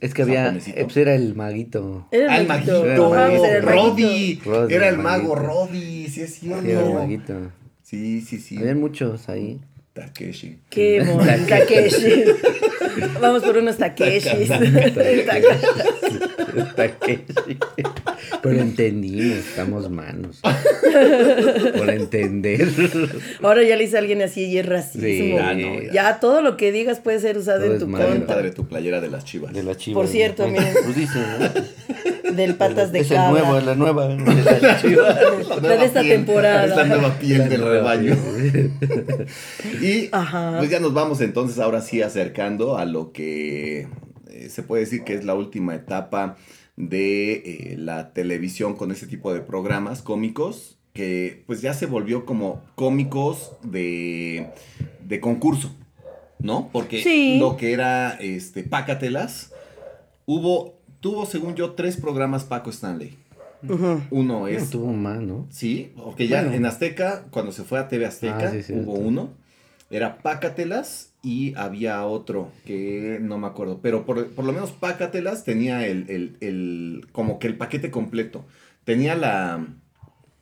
Speaker 3: Es que había. Pues era el maguito.
Speaker 1: Era el maguito. Roddy. Era el mago Roddy. Sí, es cierto.
Speaker 3: Era el maguito.
Speaker 1: Sí, sí, sí.
Speaker 3: Habían muchos ahí.
Speaker 1: Takeshi.
Speaker 2: Qué bonito. Takeshi. Vamos por unos Takeshis.
Speaker 3: Takeshi. Pero entendimos, estamos manos. Por entender.
Speaker 2: Ahora ya le dice a alguien así y es racismo. Sí, ya, no, ya. ya, todo lo que digas puede ser usado todo en tu contra.
Speaker 1: padre tu playera de las chivas.
Speaker 3: De las chivas.
Speaker 2: Por cierto,
Speaker 3: de...
Speaker 2: miren.
Speaker 3: Pues dice, ¿no?
Speaker 2: Del patas
Speaker 3: es
Speaker 2: de
Speaker 3: es
Speaker 2: cabra.
Speaker 3: Es el nuevo, la nueva. De las
Speaker 2: chivas. La, nueva de esta
Speaker 1: piel,
Speaker 2: temporada.
Speaker 1: Es la nueva piel la del nueva rebaño. Piel. y Ajá. pues ya nos vamos entonces ahora sí acercando a lo que eh, se puede decir que es la última etapa de eh, la televisión con ese tipo de programas cómicos que pues ya se volvió como cómicos de, de concurso, ¿no? Porque
Speaker 2: sí.
Speaker 1: lo que era este Pácatelas hubo tuvo según yo tres programas Paco Stanley. Uh -huh. Uno es
Speaker 3: no tuvo más, ¿no?
Speaker 1: Sí, porque ya bueno. en Azteca cuando se fue a TV Azteca ah, sí, hubo uno era Pácatelas y había otro que no me acuerdo, pero por, por lo menos Pácatelas tenía el, el, el, como que el paquete completo. Tenía la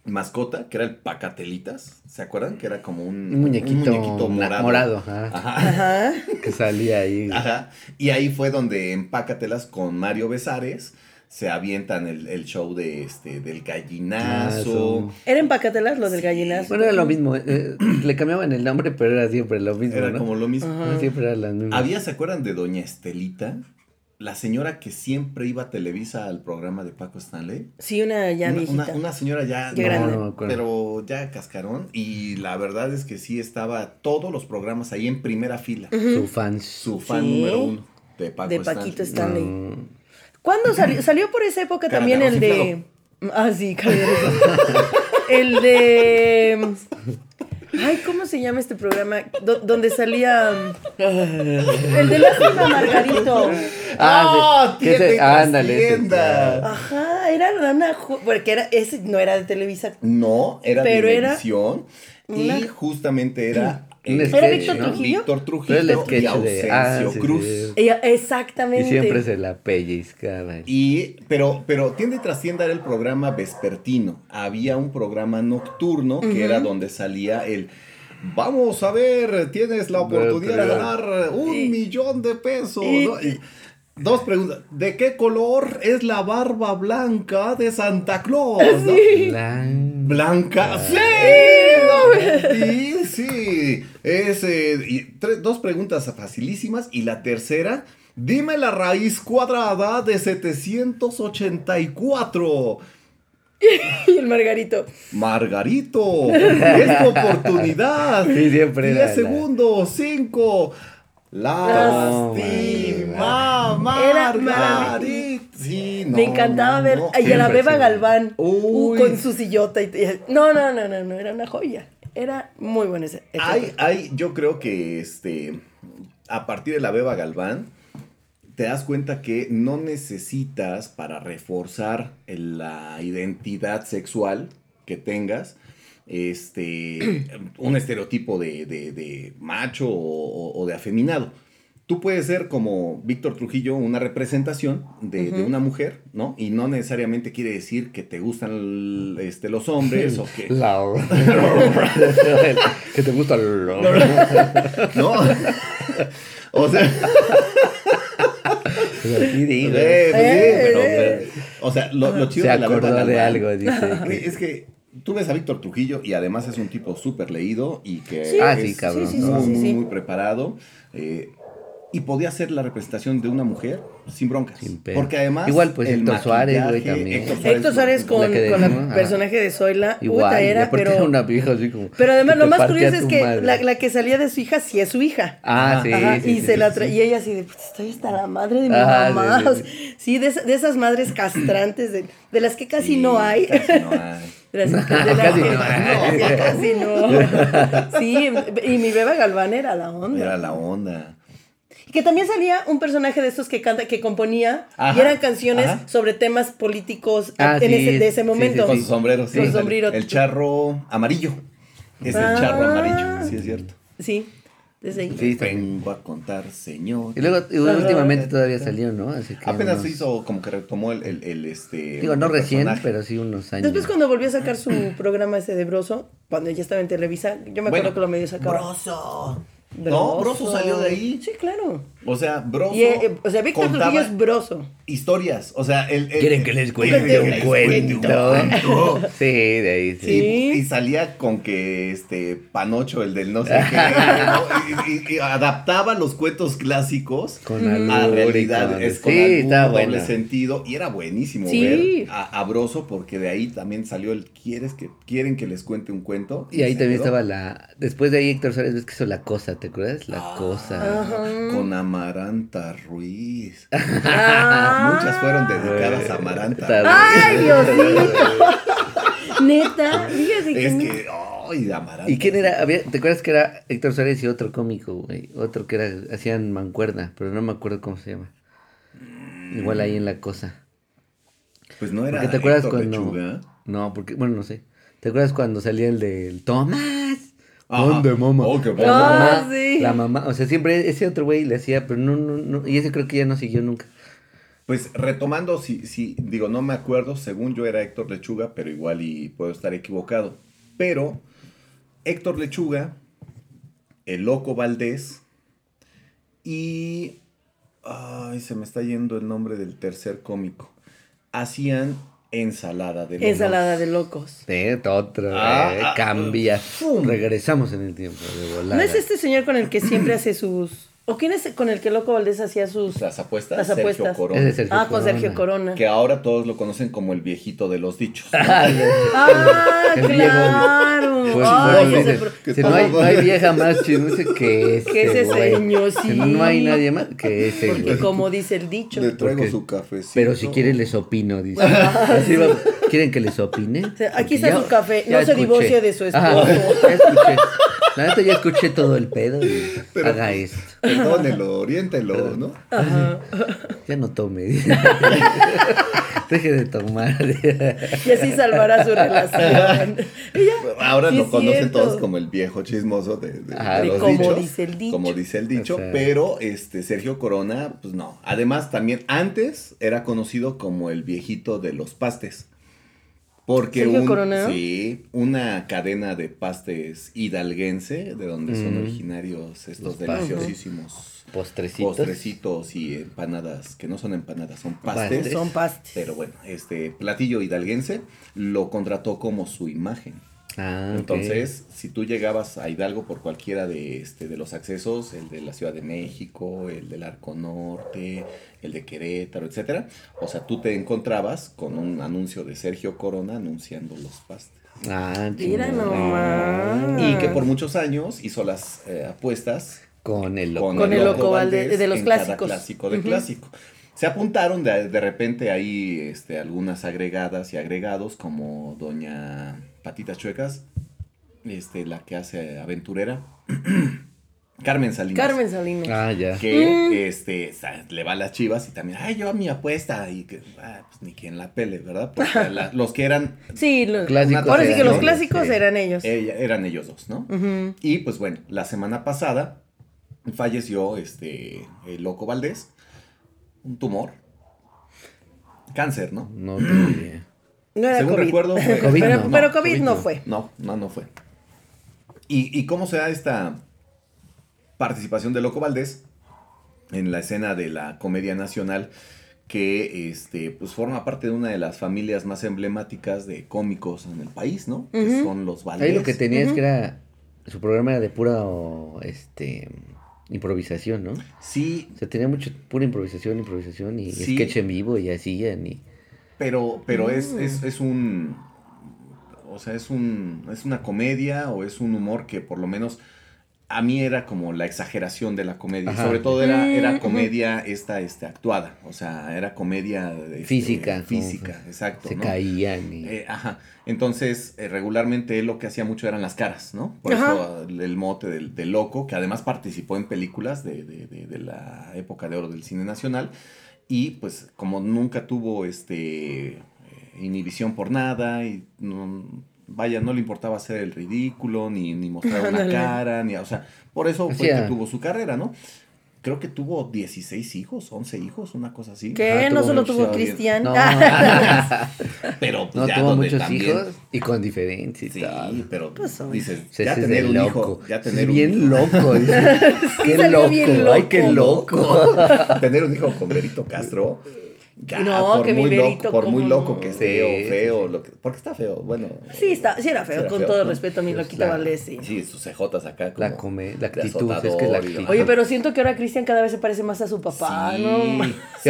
Speaker 1: mascota, que era el Pacatelitas, ¿se acuerdan? Que era como un, Ah.
Speaker 3: un, muñequito, un muñequito, morado. morado ajá. Ajá. Ajá. Que salía ahí.
Speaker 1: Ajá. Y ahí fue donde en Pácatelas con Mario Besares se avientan el, el, show de este del gallinazo.
Speaker 2: Era en Pacatelas lo del gallinazo.
Speaker 3: Bueno, era lo mismo. Eh, le cambiaban el nombre, pero era siempre lo mismo.
Speaker 1: Era
Speaker 3: ¿no?
Speaker 1: como lo mismo.
Speaker 3: Ajá. Siempre era las mismas.
Speaker 1: Había, ¿se acuerdan de Doña Estelita? La señora que siempre iba a Televisa al programa de Paco Stanley.
Speaker 2: Sí, una ya
Speaker 1: una,
Speaker 2: viejita.
Speaker 1: Una, una señora ya,
Speaker 2: ya grande.
Speaker 1: No, pero ya cascarón. Y la verdad es que sí estaba todos los programas ahí en primera fila.
Speaker 3: Uh -huh. Su fan.
Speaker 1: Su fan ¿Sí? número uno de Paco
Speaker 2: de
Speaker 1: Stanley.
Speaker 2: Paquito Stanley. No. ¿Cuándo salió? Salió por esa época Cara, también el de. Inflado. Ah, sí, El de. Ay, ¿cómo se llama este programa? D donde salía. El de Lástima Margarito.
Speaker 1: Ah, sí.
Speaker 3: se... ándale.
Speaker 2: Ajá, era una. Porque era, ese no era de Televisa.
Speaker 1: No, era de televisión. Una... Y justamente era este,
Speaker 2: un sketch, ¿Era Víctor ¿no? Trujillo?
Speaker 1: Víctor Trujillo el sketch y Ausencio ah, sí, Cruz. Sí,
Speaker 2: sí. Exactamente.
Speaker 3: Y siempre se la pellizcaba.
Speaker 1: Y, pero, pero tiende trascienda era el programa vespertino. Había un programa nocturno uh -huh. que era donde salía el... Vamos a ver, tienes la oportunidad de ganar un y, millón de pesos. Y, ¿no? y, Dos preguntas. ¿De qué color es la barba blanca de Santa Claus?
Speaker 2: Sí.
Speaker 1: Blan blanca.
Speaker 2: Ah.
Speaker 1: Sí. No sí, sí. Es, eh, y tres, dos preguntas facilísimas. Y la tercera. Dime la raíz cuadrada de 784.
Speaker 2: y el Margarito.
Speaker 1: Margarito. es tu oportunidad.
Speaker 3: Sí, siempre.
Speaker 1: 10 segundos. 5. Lástima, Margarita. Sí, no,
Speaker 2: Me encantaba ver
Speaker 1: no,
Speaker 2: no. y a la Beba Galván uh, con su sillota. Y, y, no, no, no, no, no, era una joya. Era muy bueno ese. ese
Speaker 1: hay, hay, yo creo que este, a partir de la Beba Galván, te das cuenta que no necesitas para reforzar la identidad sexual que tengas, este, un estereotipo de, de, de macho o, o, de afeminado. Tú puedes ser como Víctor Trujillo, una representación de, uh -huh. de, una mujer, ¿no? Y no necesariamente quiere decir que te gustan el, este, los hombres o que...
Speaker 3: La... que te gusta el...
Speaker 1: no. O sea... pues, O sea, lo, lo chido
Speaker 3: Se
Speaker 1: de la
Speaker 3: acordó de la algo, dice.
Speaker 1: Es que tú ves a Víctor Trujillo y además es un tipo súper leído y que
Speaker 3: Ah,
Speaker 1: es
Speaker 3: sí, ah, sí, cabrón,
Speaker 1: muy, muy, muy, preparado. Eh, y podía ser la representación de una mujer sin broncas.
Speaker 3: Sin pedo.
Speaker 1: porque además.
Speaker 3: Igual, pues, Héctor Suárez, güey,
Speaker 1: maquillaje,
Speaker 3: también.
Speaker 2: Héctor Suárez con,
Speaker 3: La que
Speaker 2: con el
Speaker 3: decimos, ajá.
Speaker 2: personaje de Zoila.
Speaker 3: Igual,
Speaker 2: puta,
Speaker 3: y
Speaker 2: era,
Speaker 3: aparte
Speaker 2: pero.
Speaker 3: era una vieja así como.
Speaker 2: Pero además,
Speaker 3: que
Speaker 2: lo
Speaker 3: te
Speaker 2: más
Speaker 3: partía
Speaker 2: curioso
Speaker 3: tu
Speaker 2: es que
Speaker 3: madre.
Speaker 2: la, la que salía de su hija sí es su hija.
Speaker 3: Ah, sí.
Speaker 2: Ajá,
Speaker 3: sí,
Speaker 2: y
Speaker 3: sí,
Speaker 2: se
Speaker 3: sí,
Speaker 2: la
Speaker 3: sí.
Speaker 2: tra- y ella así de, "Pues, estoy hasta la madre de mi
Speaker 3: Ajá,
Speaker 2: mamá.
Speaker 3: sí,
Speaker 2: Sí, de, esa- de esas madres castrantes, de, de las que casi no hay.
Speaker 1: Casi no hay.
Speaker 2: De las- de
Speaker 3: No,
Speaker 2: las
Speaker 3: casi
Speaker 2: que-
Speaker 3: no hay.
Speaker 2: no, casi no. Sí, y mi beba Galván era la onda.
Speaker 1: Era la onda.
Speaker 2: Que también salía un personaje de estos que canta, que componía,
Speaker 1: Ajá,
Speaker 2: y eran canciones
Speaker 1: ajá.
Speaker 2: sobre temas políticos
Speaker 3: Ah,
Speaker 2: en
Speaker 3: sí,
Speaker 2: ese, de ese
Speaker 3: sí,
Speaker 2: momento.
Speaker 1: Con su sombrero, sí.
Speaker 2: Con su sombrero.
Speaker 1: El charro amarillo. Es el charro
Speaker 2: Ah.
Speaker 1: amarillo, sí es cierto.
Speaker 2: Sí, desde ahí.
Speaker 3: Sí, también.
Speaker 1: Vengo a contar, señor.
Speaker 3: Y luego y últimamente todavía salió, ¿no? Así que
Speaker 1: Apenas
Speaker 3: unos-
Speaker 1: se hizo como que retomó el, el, el, este.
Speaker 3: Digo, no
Speaker 1: el
Speaker 3: recién,
Speaker 1: personaje.
Speaker 3: pero sí unos años.
Speaker 2: Después cuando volvió a sacar su programa ese de Broso, cuando ya estaba en Televisa, yo me acuerdo
Speaker 1: Bueno,
Speaker 2: que lo medio sacaba.
Speaker 1: Broso. No, Broso salió de ahí.
Speaker 2: Sí, claro.
Speaker 1: O sea, Broso.
Speaker 2: Y, eh, eh, o sea, Víctor
Speaker 1: contaba
Speaker 2: Trujillo es Broso.
Speaker 1: Historias. O sea, él. él-
Speaker 3: ¿Quieren que les
Speaker 2: cuente
Speaker 3: cuente
Speaker 2: un
Speaker 3: un cuento? Sí, de ahí sí.
Speaker 2: Sí.
Speaker 1: Y, y salía con que este Panocho, el del no sé qué, ¿no? Y, y- y adaptaba los cuentos clásicos
Speaker 3: Con
Speaker 1: a
Speaker 3: albur y con-
Speaker 1: realidad. Es con
Speaker 3: sí,
Speaker 1: albur,
Speaker 3: está
Speaker 1: doble
Speaker 3: bueno.
Speaker 1: sentido. Y era buenísimo
Speaker 2: Sí.
Speaker 1: ver a, a Broso, porque de ahí también salió el ¿Quieres que quieren que les cuente un cuento?
Speaker 3: Y ahí
Speaker 1: se
Speaker 3: también
Speaker 1: quedó
Speaker 3: estaba la. Después de ahí Héctor Suárez, ves que hizo la cosa, ¿te acuerdas? La cosa.
Speaker 1: con Amaranta Ruiz.
Speaker 2: Ah,
Speaker 1: Muchas fueron dedicadas a Amaranta.
Speaker 2: ¡Ay, Diosito! Neta, fíjate que
Speaker 1: Es
Speaker 2: no.
Speaker 1: que, ay, de Amaranta.
Speaker 3: ¿Y quién era? Había- ¿Te acuerdas que era Héctor Suárez y otro cómico, güey? Otro que era, hacían mancuerna, pero no me acuerdo cómo se llama. Igual ahí en la cosa.
Speaker 1: Pues no era
Speaker 3: Porque te acuerdas
Speaker 1: Héctor
Speaker 3: cuando.
Speaker 1: Lechuga.
Speaker 3: No, porque, bueno, no sé. ¿Te acuerdas cuando salía el del Tomás?
Speaker 1: Ajá.
Speaker 3: ¿Dónde, mamá?
Speaker 1: Oh, qué
Speaker 3: la
Speaker 1: bueno.
Speaker 3: mamá,
Speaker 2: Ah, sí.
Speaker 3: la mamá, o sea, siempre ese otro güey le hacía, pero no, no, no, y ese creo que ya no siguió nunca.
Speaker 1: Pues retomando, si, si digo, no me acuerdo, según yo era Héctor Lechuga, pero igual y puedo estar equivocado. Pero Héctor Lechuga, el Loco Valdés y... Ay, se me está yendo el nombre del tercer cómico. Hacían ensalada de locos.
Speaker 2: Ensalada de locos.
Speaker 3: Sí, otro,
Speaker 1: Ah,
Speaker 3: eh,
Speaker 1: ah,
Speaker 3: cambia.
Speaker 1: fum.
Speaker 3: Regresamos en el tiempo de volada.
Speaker 2: ¿No es este señor con el que siempre hace sus... ¿O quién es con el que Loco Valdés hacía sus...
Speaker 1: Las apuestas.
Speaker 2: Las
Speaker 1: Sergio
Speaker 2: apuestas.
Speaker 1: Corona,
Speaker 3: Ese es Sergio
Speaker 2: ah, con Sergio Corona.
Speaker 1: Que ahora todos lo conocen como el viejito de los dichos.
Speaker 3: Ah, ya.
Speaker 2: Ah,
Speaker 3: El viejo.
Speaker 2: claro.
Speaker 3: Pues,
Speaker 2: Ay,
Speaker 3: bueno,
Speaker 2: ese
Speaker 3: dice,
Speaker 2: pro-
Speaker 1: que
Speaker 3: si no,
Speaker 1: todo
Speaker 3: hay, no hay
Speaker 1: vale.
Speaker 3: vieja más chismosa que ese.
Speaker 2: Que ese
Speaker 3: güey.
Speaker 2: señor,
Speaker 3: Si No hay
Speaker 2: sí.
Speaker 3: nadie más que ese.
Speaker 2: Porque
Speaker 3: güey.
Speaker 2: como dice el dicho.
Speaker 1: Le traigo
Speaker 3: Porque-
Speaker 1: su cafecito.
Speaker 3: Pero si quieren les opino, dice. Así va. ¿Quieren que les opine?
Speaker 2: sea, Ah, aquí
Speaker 3: Porque
Speaker 2: está su café, no se divorcie de su
Speaker 3: Ajá,
Speaker 2: esposo.
Speaker 3: ya escuché. La neta ya escuché todo el pedo y haga
Speaker 2: pues
Speaker 3: esto.
Speaker 1: Perdónelo, oriéntelo, ¿no?
Speaker 2: Ajá.
Speaker 3: Ya no tome. dice. Deje de tomar.
Speaker 2: Y así salvará su relación. Y ya.
Speaker 1: Ahora
Speaker 2: Sí
Speaker 1: lo
Speaker 2: es
Speaker 1: conocen
Speaker 2: cierto.
Speaker 1: todos como el viejo chismoso de, de-
Speaker 3: Ajá,
Speaker 1: de
Speaker 3: de
Speaker 1: los
Speaker 2: como
Speaker 1: dichos,
Speaker 2: dice el dicho.
Speaker 1: Como dice el dicho,
Speaker 3: O sea.
Speaker 1: pero este Sergio Corona, pues no. Además, también antes era conocido como el viejito de los pastes. Porque
Speaker 2: ¿Sergio
Speaker 1: un-
Speaker 2: Corona?
Speaker 1: sí, una cadena de pastes hidalguense, de donde son originarios estos
Speaker 3: Mm. pastes.
Speaker 1: deliciosísimos
Speaker 3: Postrecitos.
Speaker 1: postrecitos y empanadas, que no son empanadas, son pastes.
Speaker 3: Pastes.
Speaker 2: Son pastes.
Speaker 1: Pero bueno, este platillo hidalguense lo contrató como su imagen.
Speaker 3: Ah, ok.
Speaker 1: Entonces, si tú llegabas a Hidalgo por cualquiera de, este, de los accesos, el de la Ciudad de México, el del Arco Norte, el de Querétaro, etcétera, o sea, tú te encontrabas con un anuncio de Sergio Corona anunciando los pastes.
Speaker 3: Ah,
Speaker 2: Mira
Speaker 3: chingón.
Speaker 2: nomás.
Speaker 1: Y que por muchos años hizo las eh, apuestas
Speaker 3: Con el loco.
Speaker 1: con,
Speaker 2: Con
Speaker 1: el
Speaker 2: el
Speaker 1: Loco
Speaker 2: Loco Valdés,
Speaker 1: Valdés
Speaker 2: de los
Speaker 1: en cada
Speaker 2: clásicos.
Speaker 1: clásico de
Speaker 2: Ujú.
Speaker 1: clásico. Se apuntaron de, de repente ahí este, algunas agregadas y agregados como Doña Patitas Chuecas, este, la que hace aventurera, Carmen Salinas.
Speaker 2: Carmen Salinas.
Speaker 3: Ah, ya.
Speaker 1: Que
Speaker 2: Mm.
Speaker 1: este, sa- le va a las chivas y también, ay, yo a mi apuesta. Y que, ah, pues ni quien la pele, ¿verdad? Porque la- los que eran,
Speaker 2: Sí, los-
Speaker 3: Clásicos
Speaker 2: ahora sí que
Speaker 1: eran
Speaker 2: los
Speaker 1: ellos, Eh,
Speaker 2: clásicos
Speaker 3: sí.
Speaker 2: eran ellos.
Speaker 1: ella- eran ellos dos, ¿no?
Speaker 2: Ujú.
Speaker 1: Y pues bueno, la semana pasada falleció este el Loco Valdés, un tumor, cáncer, ¿no?
Speaker 3: No tengo idea.
Speaker 2: No era
Speaker 1: Según
Speaker 2: COVID.
Speaker 1: recuerdo fue
Speaker 3: COVID
Speaker 2: pero,
Speaker 3: no.
Speaker 2: pero
Speaker 3: No,
Speaker 2: COVID
Speaker 3: COVID
Speaker 2: no
Speaker 3: no.
Speaker 2: fue.
Speaker 1: No, no, no fue. ¿Y, y cómo se da esta participación de Loco Valdés en la escena de la comedia nacional? que este, pues forma parte de una de las familias más emblemáticas de cómicos en el país, ¿no? Que
Speaker 2: Ujú.
Speaker 1: son los Valdés.
Speaker 3: Ahí lo que tenía es que era. Su programa era de pura. Este. improvisación, ¿no?
Speaker 1: Sí,
Speaker 3: O sea, tenía mucho pura improvisación, improvisación y
Speaker 1: Sí.
Speaker 3: sketch en vivo y así. Y,
Speaker 1: pero, pero es,
Speaker 2: Mm.
Speaker 1: es, es un. O sea, es un. Es una comedia o es un humor que por lo menos. A mí era como la exageración de la comedia. y
Speaker 3: Ajá.
Speaker 1: Sobre todo era,
Speaker 2: Mm,
Speaker 1: era
Speaker 2: ujú.
Speaker 1: comedia esta, este, actuada. O sea, era comedia este,
Speaker 3: Física, como
Speaker 1: Física,
Speaker 3: que
Speaker 1: exacto.
Speaker 3: se
Speaker 1: Ah, ¿no?
Speaker 3: caían y
Speaker 1: Eh, ajá. Entonces, eh, regularmente él lo que hacía mucho eran las caras, ¿no? Por
Speaker 2: Ajá.
Speaker 1: eso el, el mote del, del loco, que además participó en películas de, de- de- de la época de oro del cine nacional. Y pues, como nunca tuvo este eh, inhibición por nada, y no- vaya, no le importaba hacer el ridículo, ni, ni mostrar una
Speaker 2: Ándale.
Speaker 1: cara, ni. O sea, por eso fue
Speaker 3: Hacía-
Speaker 1: que tuvo su carrera, ¿no? Creo que tuvo 16 hijos, 11 hijos, una cosa así.
Speaker 2: Que
Speaker 3: Ajá,
Speaker 2: no
Speaker 3: tuvo
Speaker 2: solo
Speaker 3: mucho
Speaker 2: tuvo
Speaker 1: audio.
Speaker 2: Cristian.
Speaker 3: No.
Speaker 1: Pero pues,
Speaker 3: no
Speaker 1: ya
Speaker 3: tuvo
Speaker 1: donde
Speaker 3: muchos
Speaker 1: también-
Speaker 3: hijos y con diferencias.
Speaker 1: Sí,
Speaker 3: y tal.
Speaker 1: pero
Speaker 2: Pues, oye.
Speaker 1: dices,
Speaker 3: O sea,
Speaker 1: ya
Speaker 3: ese es
Speaker 1: tener
Speaker 3: de
Speaker 1: un
Speaker 3: loco.
Speaker 1: hijo, ya
Speaker 3: Ese
Speaker 1: tener
Speaker 3: es
Speaker 1: un
Speaker 3: bien
Speaker 1: hijo.
Speaker 3: loco. dice. qué
Speaker 2: salió
Speaker 3: loco,
Speaker 2: bien
Speaker 3: ay, qué
Speaker 2: loco,
Speaker 3: loco.
Speaker 1: tener un hijo con Berito Castro. ya,
Speaker 2: No,
Speaker 1: por
Speaker 2: que mi
Speaker 1: muy
Speaker 2: Berito,
Speaker 1: loco, por muy
Speaker 2: ¿cómo
Speaker 1: loco
Speaker 2: no?
Speaker 1: que esté
Speaker 3: Sí,
Speaker 1: o feo, lo que- porque está feo, bueno.
Speaker 2: Sí, está, sí era feo,
Speaker 1: Sí era
Speaker 2: con
Speaker 1: feo,
Speaker 2: todo
Speaker 1: ¿no?
Speaker 2: respeto a mi
Speaker 3: Pues,
Speaker 2: loquita
Speaker 3: la-
Speaker 2: Valdés. sí.
Speaker 1: Sí, sus cejotas acá como
Speaker 3: La come- la
Speaker 1: de
Speaker 3: actitud, es que es la
Speaker 1: azotador y
Speaker 3: actitud.
Speaker 2: Oye, pero siento que ahora Cristian cada vez se parece más a su papá,
Speaker 1: Sí.
Speaker 2: ¿no?
Speaker 3: Y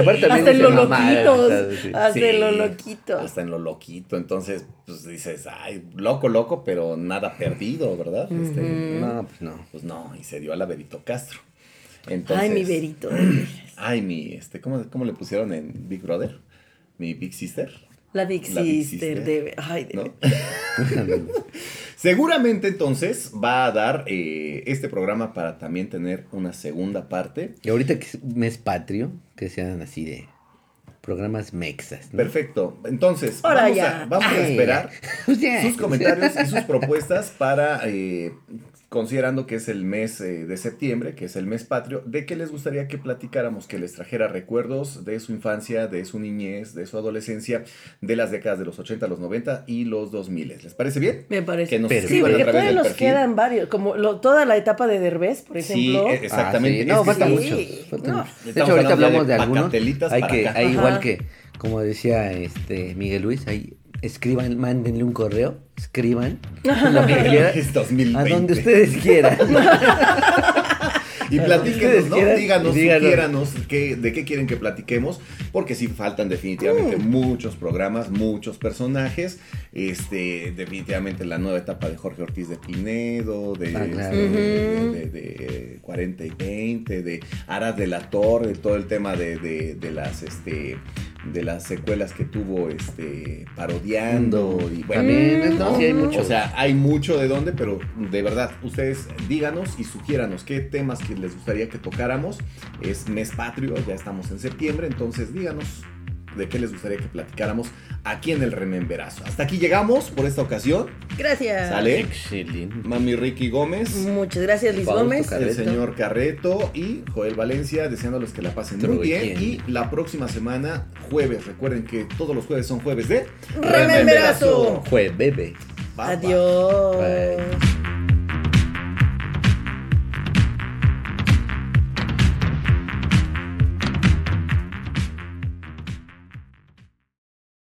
Speaker 3: aparte también
Speaker 2: Hasta en
Speaker 3: dice
Speaker 2: los
Speaker 3: mamadas,
Speaker 2: loquitos.
Speaker 3: sí.
Speaker 2: Hasta
Speaker 1: Sí,
Speaker 2: en los loquitos.
Speaker 1: Hasta en lo loquito. Entonces, pues dices, ay, loco, loco, pero nada perdido, ¿verdad? Este,
Speaker 3: No, pues no.
Speaker 1: Pues no, y se dio a la Berito Castro. Entonces,
Speaker 2: Ay, mi verito.
Speaker 1: Ay, mi, este, ¿cómo, cómo le pusieron en Big Brother? Mi Big Sister.
Speaker 2: La Big
Speaker 1: La Big
Speaker 2: Sister
Speaker 1: Sister.
Speaker 2: de... Ay, de-
Speaker 1: ¿no? Seguramente entonces va a dar eh, este programa para también tener una segunda parte.
Speaker 3: Y ahorita que es mes patrio, que sean así de programas mexas. ¿no?
Speaker 1: Perfecto. Entonces,
Speaker 2: Ahora
Speaker 1: vamos,
Speaker 2: ya.
Speaker 1: A, vamos a
Speaker 3: Ay. Pues
Speaker 1: esperar
Speaker 3: Ya.
Speaker 1: sus comentarios y sus propuestas para, eh, considerando que es el mes eh, de septiembre, que es el mes patrio, de qué les gustaría que platicáramos, que les trajera recuerdos de su infancia, de su niñez, de su adolescencia, de las décadas de los 80, los 90 y los 2000. ¿Les parece bien?
Speaker 2: Me parece.
Speaker 1: Que nos
Speaker 3: Pero-
Speaker 2: sí,
Speaker 1: escriban
Speaker 2: porque
Speaker 1: a través
Speaker 2: todavía
Speaker 1: del
Speaker 2: nos
Speaker 1: perfil.
Speaker 2: quedan varios. Como lo- toda la etapa de Derbez, por
Speaker 1: Sí,
Speaker 2: ejemplo.
Speaker 1: eh, exactamente.
Speaker 3: Ah, sí. No,
Speaker 1: Es que
Speaker 3: falta
Speaker 1: sí.
Speaker 3: mucho. falta
Speaker 2: no.
Speaker 3: mucho. De
Speaker 1: Estamos
Speaker 3: hecho,
Speaker 1: hablando
Speaker 3: ahorita
Speaker 1: ya
Speaker 3: hablamos de,
Speaker 1: de
Speaker 3: algunos.
Speaker 1: pacatelitas
Speaker 3: Hay
Speaker 1: para
Speaker 3: que,
Speaker 1: acá.
Speaker 3: hay
Speaker 2: Ajá.
Speaker 3: igual que, como decía este Miguel Luis, ahí escriban, mándenle un correo, escriban lo que quieran,
Speaker 1: Es 2020.
Speaker 3: a donde ustedes quieran.
Speaker 1: Y platíquenos,
Speaker 3: ustedes
Speaker 1: ¿no?
Speaker 3: quieran,
Speaker 1: díganos,
Speaker 3: díganos.
Speaker 1: sugiéranos qué- de qué quieren que platiquemos, porque sí faltan definitivamente
Speaker 3: Uh.
Speaker 1: muchos programas, muchos personajes. Este, definitivamente la nueva etapa de Jorge Ortiz de Pinedo, de,
Speaker 3: Ah, claro.
Speaker 1: este, de- de- de 40 y 20, de Aras de la Torre, todo el tema de, de- de las este de las secuelas que tuvo este parodiando y bueno, mm,
Speaker 3: También, no, sí hay mucho.
Speaker 1: o sea, hay mucho de dónde, pero de verdad, ustedes díganos y sugiéranos qué temas que les gustaría que tocáramos. Es mes patrio, ya estamos en septiembre, entonces díganos de qué les gustaría que platicáramos aquí en el Rememberazo. Hasta aquí llegamos por esta ocasión.
Speaker 2: Gracias.
Speaker 1: Sale
Speaker 3: Excelente.
Speaker 1: Mami Ricky Gómez.
Speaker 2: Muchas gracias, Liz
Speaker 3: Fausto
Speaker 2: Gómez.
Speaker 3: Carrera.
Speaker 1: El
Speaker 3: Mm, Carreto.
Speaker 1: señor Carreto y Joel Valencia, deseándoles que la pasen muy
Speaker 3: Muy
Speaker 1: bien.
Speaker 3: bien.
Speaker 1: Y la próxima semana, jueves. Recuerden que todos los jueves son jueves de
Speaker 2: Rememberazo.
Speaker 3: Juez, bebé.
Speaker 1: Bye, bye.
Speaker 2: Adiós.
Speaker 3: Bye.